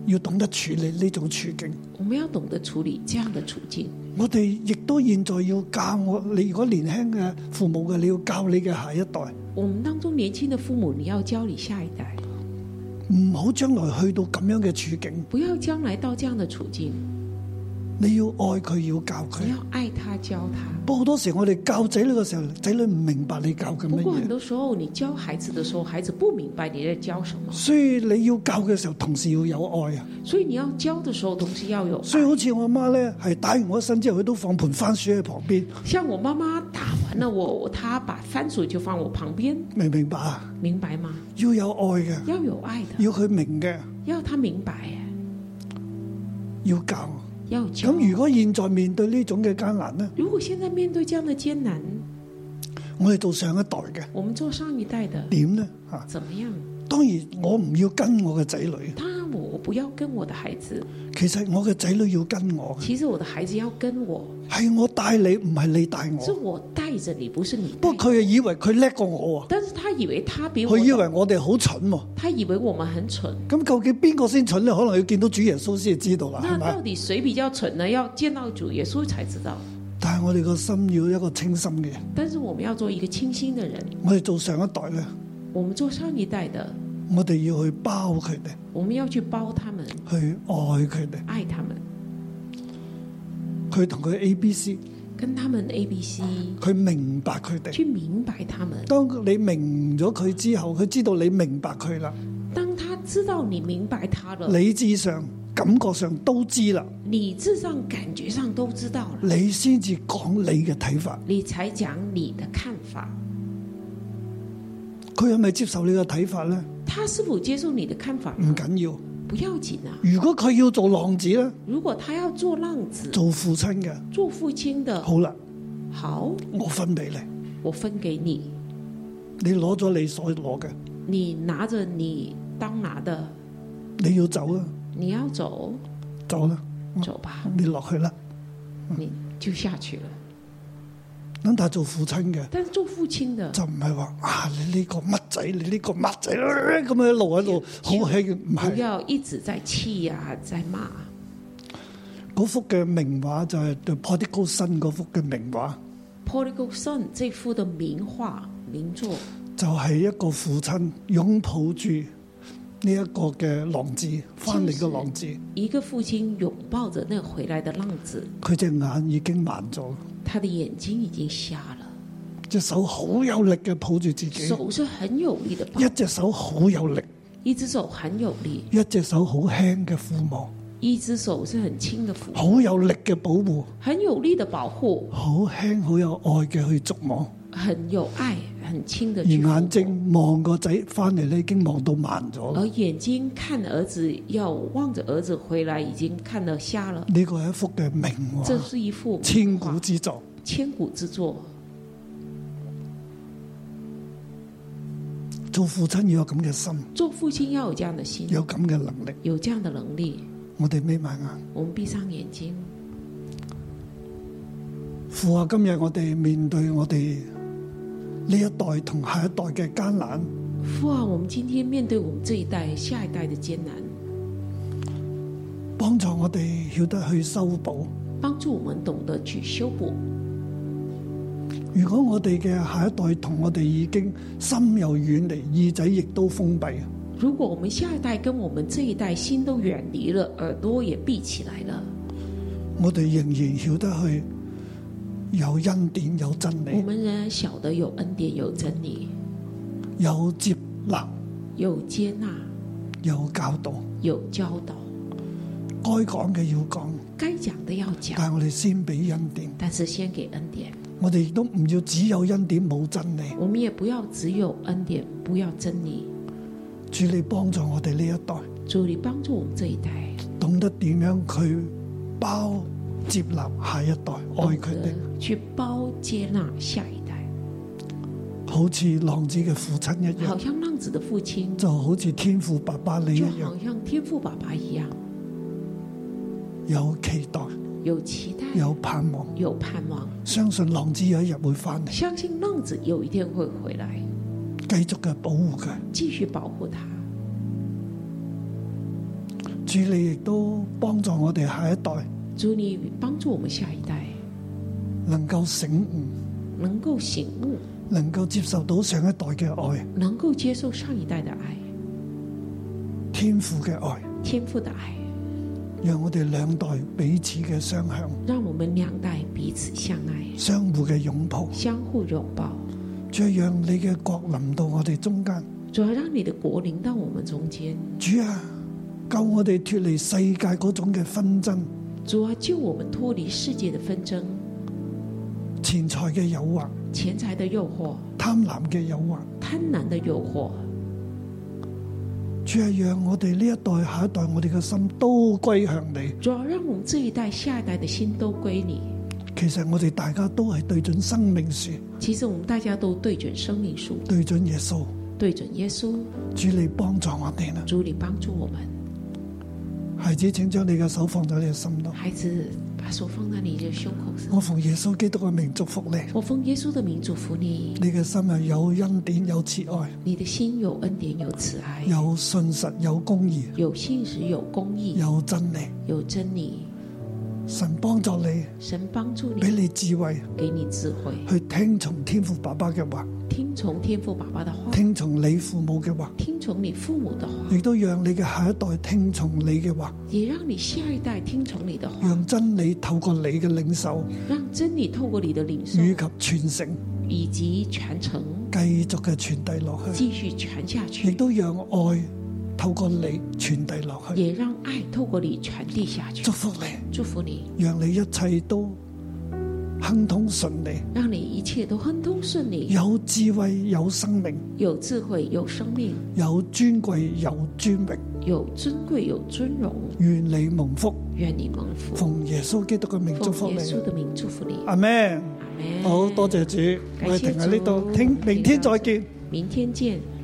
S2: 要懂得處理呢種處境。
S3: 我们要懂得处理这样的处境。
S2: 我哋亦都現在要教我，你如果年輕嘅父母嘅，你要教你嘅下一代，
S3: 我们当中年轻的父母，你要教你下一代，
S2: 唔好將來去到咁樣嘅處境。
S3: 不要将来到这样的处境。
S2: 你要愛佢，要教佢
S3: 你。要爱他，教他。
S2: 不過好多時我哋教仔女嘅時候，仔女唔明白你教緊
S3: 不
S2: 乜
S3: 过很
S2: 嘢，
S3: 多时候，你教孩子的时候，孩子不明白你在教什么，
S2: 所以你要教嘅時候，同時要有愛啊。
S3: 所以你要教的时候，同时要有
S2: 所以
S3: 爱。
S2: 好似我媽咧，係打完我一身之後，佢都放盤番薯喺旁邊，
S3: 啊像我妈妈打完了我，她把番薯就放我旁边，
S2: 明唔明白啊？
S3: 明白吗？
S2: 要有愛嘅，
S3: 要有爱的，
S2: 要佢明嘅，
S3: 要他明白，
S2: 要教。
S3: 要教。
S2: 咁如果現在面對呢種嘅艱難咧，
S3: 如果现在面对这样的艰难，
S2: 我哋做上一代嘅
S3: 我们做上一代的
S2: 點咧嚇？
S3: 怎么样？
S2: 當然我唔要跟我嘅仔女，
S3: 当然我，我不要跟我的孩子，
S2: 其實我嘅仔女要跟我，
S3: 其实我的孩子要跟我，
S2: 係我帶你，唔係你帶
S3: 是
S2: 我。
S3: 我带着你，不是你带
S2: 不過佢又以為佢叻過我喎，
S3: 但是他以为他比我
S2: 佢以
S3: 懂，
S2: 為我哋好蠢喎。
S3: 他以为我们很蠢。
S2: 咁究竟邊個先蠢咧？可能要見到主耶穌先知道啦，
S3: 那
S2: 係
S3: 到
S2: 咪？
S3: 底谁比较蠢呢？要见到主耶稣才知道。
S2: 但係我哋個心要一個清心嘅人。
S3: 但是我们要做一个清新的人，
S2: 我哋做上一代咧，
S3: 我们做上一代的，
S2: 我哋要去包佢哋，
S3: 我们要去包他们，
S2: 去愛佢哋。
S3: 爱他们，
S2: 佢同佢 A、B、C，
S3: 跟他们 A B C，
S2: 佢明白佢哋。
S3: 去明白他们。
S2: 當你明咗佢之後，佢知道你明白佢啦，
S3: 当他知道你明白他了，
S2: 理智上、感覺上都知啦，
S3: 理智上、感觉上都知道了，
S2: 你先至講你嘅睇法。
S3: 你才讲你的看法。
S2: 佢係咪接受你嘅睇法咧？
S3: 他是否接受你的看法
S2: 唔
S3: 呢？
S2: 緊要。
S3: 不要紧啊，
S2: 如果佢要做浪子咧，
S3: 如果他要做浪子，
S2: 做父親嘅，
S3: 做父亲的，
S2: 好啦，
S3: 好，
S2: 我分俾你，
S3: 我分给你，
S2: 你攞咗你所攞嘅，
S3: 你拿着你当拿的，
S2: 你要走啦，
S3: 你要走，
S2: 走啦，
S3: 走吧，
S2: 你落去啦。
S3: 你就下去了。
S2: 咁但係做父親嘅。
S3: 但是做父亲的，
S2: 就唔係話啊！你呢個乜仔，你呢個乜仔呃咁樣一路喺度好喜，唔
S3: 不
S2: 係
S3: 要一直在气呀、在骂。
S2: 嗰幅嘅名畫就係 The Prodigal Son 嗰幅嘅名畫，
S3: Prodigal Son 这幅的名画名作，
S2: 就係、一個父親擁抱住呢一個嘅浪子，翻嚟嘅浪子，
S3: 一个父亲拥抱着那回来的浪子，
S2: 佢隻眼已經盲咗，
S3: 他的眼睛已经瞎了，
S2: 隻手好有力嘅抱住自己，
S3: 手是很有力的抱，
S2: 一隻手好有力，
S3: 一只手很有力，
S2: 一隻手好輕嘅撫摸，
S3: 一只手是很轻的抚，
S2: 好有力嘅保護，
S3: 很有力的保护，
S2: 好輕好有愛嘅去觸摸，
S3: 很有爱，很轻的
S2: 而
S3: 去抚摸
S2: 眼睛望個仔翻嚟咧，已經望到盲咗啦
S3: 而眼睛看儿子，要望着儿子回来，已经看得瞎了。
S2: 呢個係一幅嘅名
S3: 这
S2: 畫，
S3: 是一幅
S2: 千古之作。
S3: 千古之作。
S2: 做父親要有咁嘅心，
S3: 做父亲要有这样的心，
S2: 有咁嘅能力。
S3: 有这样的能力。
S2: 我哋眯埋眼，
S3: 我们闭上眼睛，
S2: 父啊，今日我哋面對我哋呢一代同下一代嘅艱難，
S3: 父啊，我们今天面对我们这一代、下一代的艰难，
S2: 幫助我哋曉得去修補。
S3: 帮助我们懂得去修补。
S2: 如果我哋嘅下一代同我哋已經心又遠離，耳仔亦都封閉，
S3: 如果我们下一代跟我们这一代心都远离了，耳朵也闭起来了，
S2: 我哋仍然曉得去有恩典、有真
S3: 我
S2: 理、
S3: 们仍然晓得有恩典、有真理、
S2: 有接納、
S3: 有接纳、
S2: 有教導，
S3: 有教导，
S2: 該講嘅要講，
S3: 该讲的要讲。
S2: 但係我哋先俾恩典。
S3: 但是先给恩典，
S2: 我哋亦都唔要只有恩典冇真理，
S3: 我们也不要只有恩典，不要真理。
S2: 主你幫助我哋呢一代
S3: 主，你帮助我们这一代，
S2: 懂得點樣去包接哦納下一代，愛佢哋，
S3: 懂得去包接纳下一代，
S2: 好似浪子嘅父親一
S3: 好
S2: 樣，
S3: 像浪子的父亲，
S2: 就好似天父爸爸你一
S3: 就
S2: 樣
S3: 好像天父爸爸一样，
S2: 有期待，
S3: 有期待，
S2: 有盼望，
S3: 有盼望，
S2: 相信浪子有一日會翻嚟，
S3: 相信浪子有一天会回来，
S2: 繼續嘅保護佢。
S3: 继续保护他。
S2: 主你亦都幫助我哋下一代
S3: 主，你帮助我们下一代
S2: 能夠醒悟，
S3: 能够醒悟，
S2: 能夠接受到上一代嘅愛，
S3: 能够接受上一代的爱，
S2: 天父嘅愛，
S3: 天父的爱，
S2: 讓我哋兩代彼此嘅相向，
S3: 让我们两代彼此相爱，
S2: 相互嘅擁抱。
S3: 相互拥抱。
S2: 主啊，讓你嘅國臨到我哋中間。
S3: 主要让你的国临到我们中间，
S2: 主啊，救我哋脱離世界嗰種嘅紛爭、
S3: 主啊，救我们脱离世界的纷争、
S2: 錢財嘅誘惑、
S3: 钱财的诱惑、
S2: 貪婪嘅誘惑。
S3: 贪婪的诱惑。
S2: 主啊，讓我哋呢一代、下一代，我哋嘅心都歸向你。
S3: 主要让我们这一代、下一代的心都归你。
S2: 其實我哋大家都係對準生命樹，
S3: 其实我们大家都对准生命树，
S2: 對準耶穌。
S3: 对准耶稣，
S2: 主你幫助我哋啦。
S3: 主你帮助我们。
S2: 孩子，請將你嘅手放在你嘅心度。
S3: 孩子，把手放在你的胸口上。
S2: 我奉耶穌基督嘅名祝福你，
S3: 我奉耶稣的名祝福你，
S2: 你嘅心係有恩典、有慈愛、
S3: 你的心有恩典，有慈爱，
S2: 有信實、有公義、
S3: 有信实，有公义，
S2: 有真理。
S3: 有真理。
S2: 神幫助你，
S3: 神帮助
S2: 俾
S3: 你，
S2: 你智慧
S3: 给你智慧，
S2: 去聽從天父爸爸嘅話，
S3: 听从天父爸爸的话，
S2: 聽從你父母嘅話，
S3: 听从你父母的话，
S2: 亦都讓你嘅下一代聽從你嘅話，
S3: 也让你下一代听从你的话，
S2: 讓真理透過你嘅領袖
S3: 让真理透过你的领受
S2: 以及傳承，
S3: 以及传承，
S2: 繼續嘅傳遞落去，
S3: 继续传下
S2: 亦
S3: 去。
S2: 都讓愛透過你傳遞落去。
S3: 也让爱透过你传递下去
S2: 祝。福你。
S3: 祝福你，
S2: 让你一切都亨通顺利，
S3: 让你一切都亨通顺利，
S2: 有智慧，有生命，
S3: 有智慧，有生命，
S2: 有尊贵，有尊荣，
S3: 有尊贵，有尊荣。
S2: 愿你蒙福。
S3: 愿你蒙福。
S2: 奉耶稣基督嘅名祝
S3: 奉
S2: 福
S3: 耶稣
S2: 你，
S3: 的名祝福你。
S2: 阿
S3: 阿
S2: Man，
S3: 门。
S2: 好多谢主，
S3: 感謝
S2: 我哋停喺呢度，
S3: 主
S2: 听明天再见。
S3: 明天见。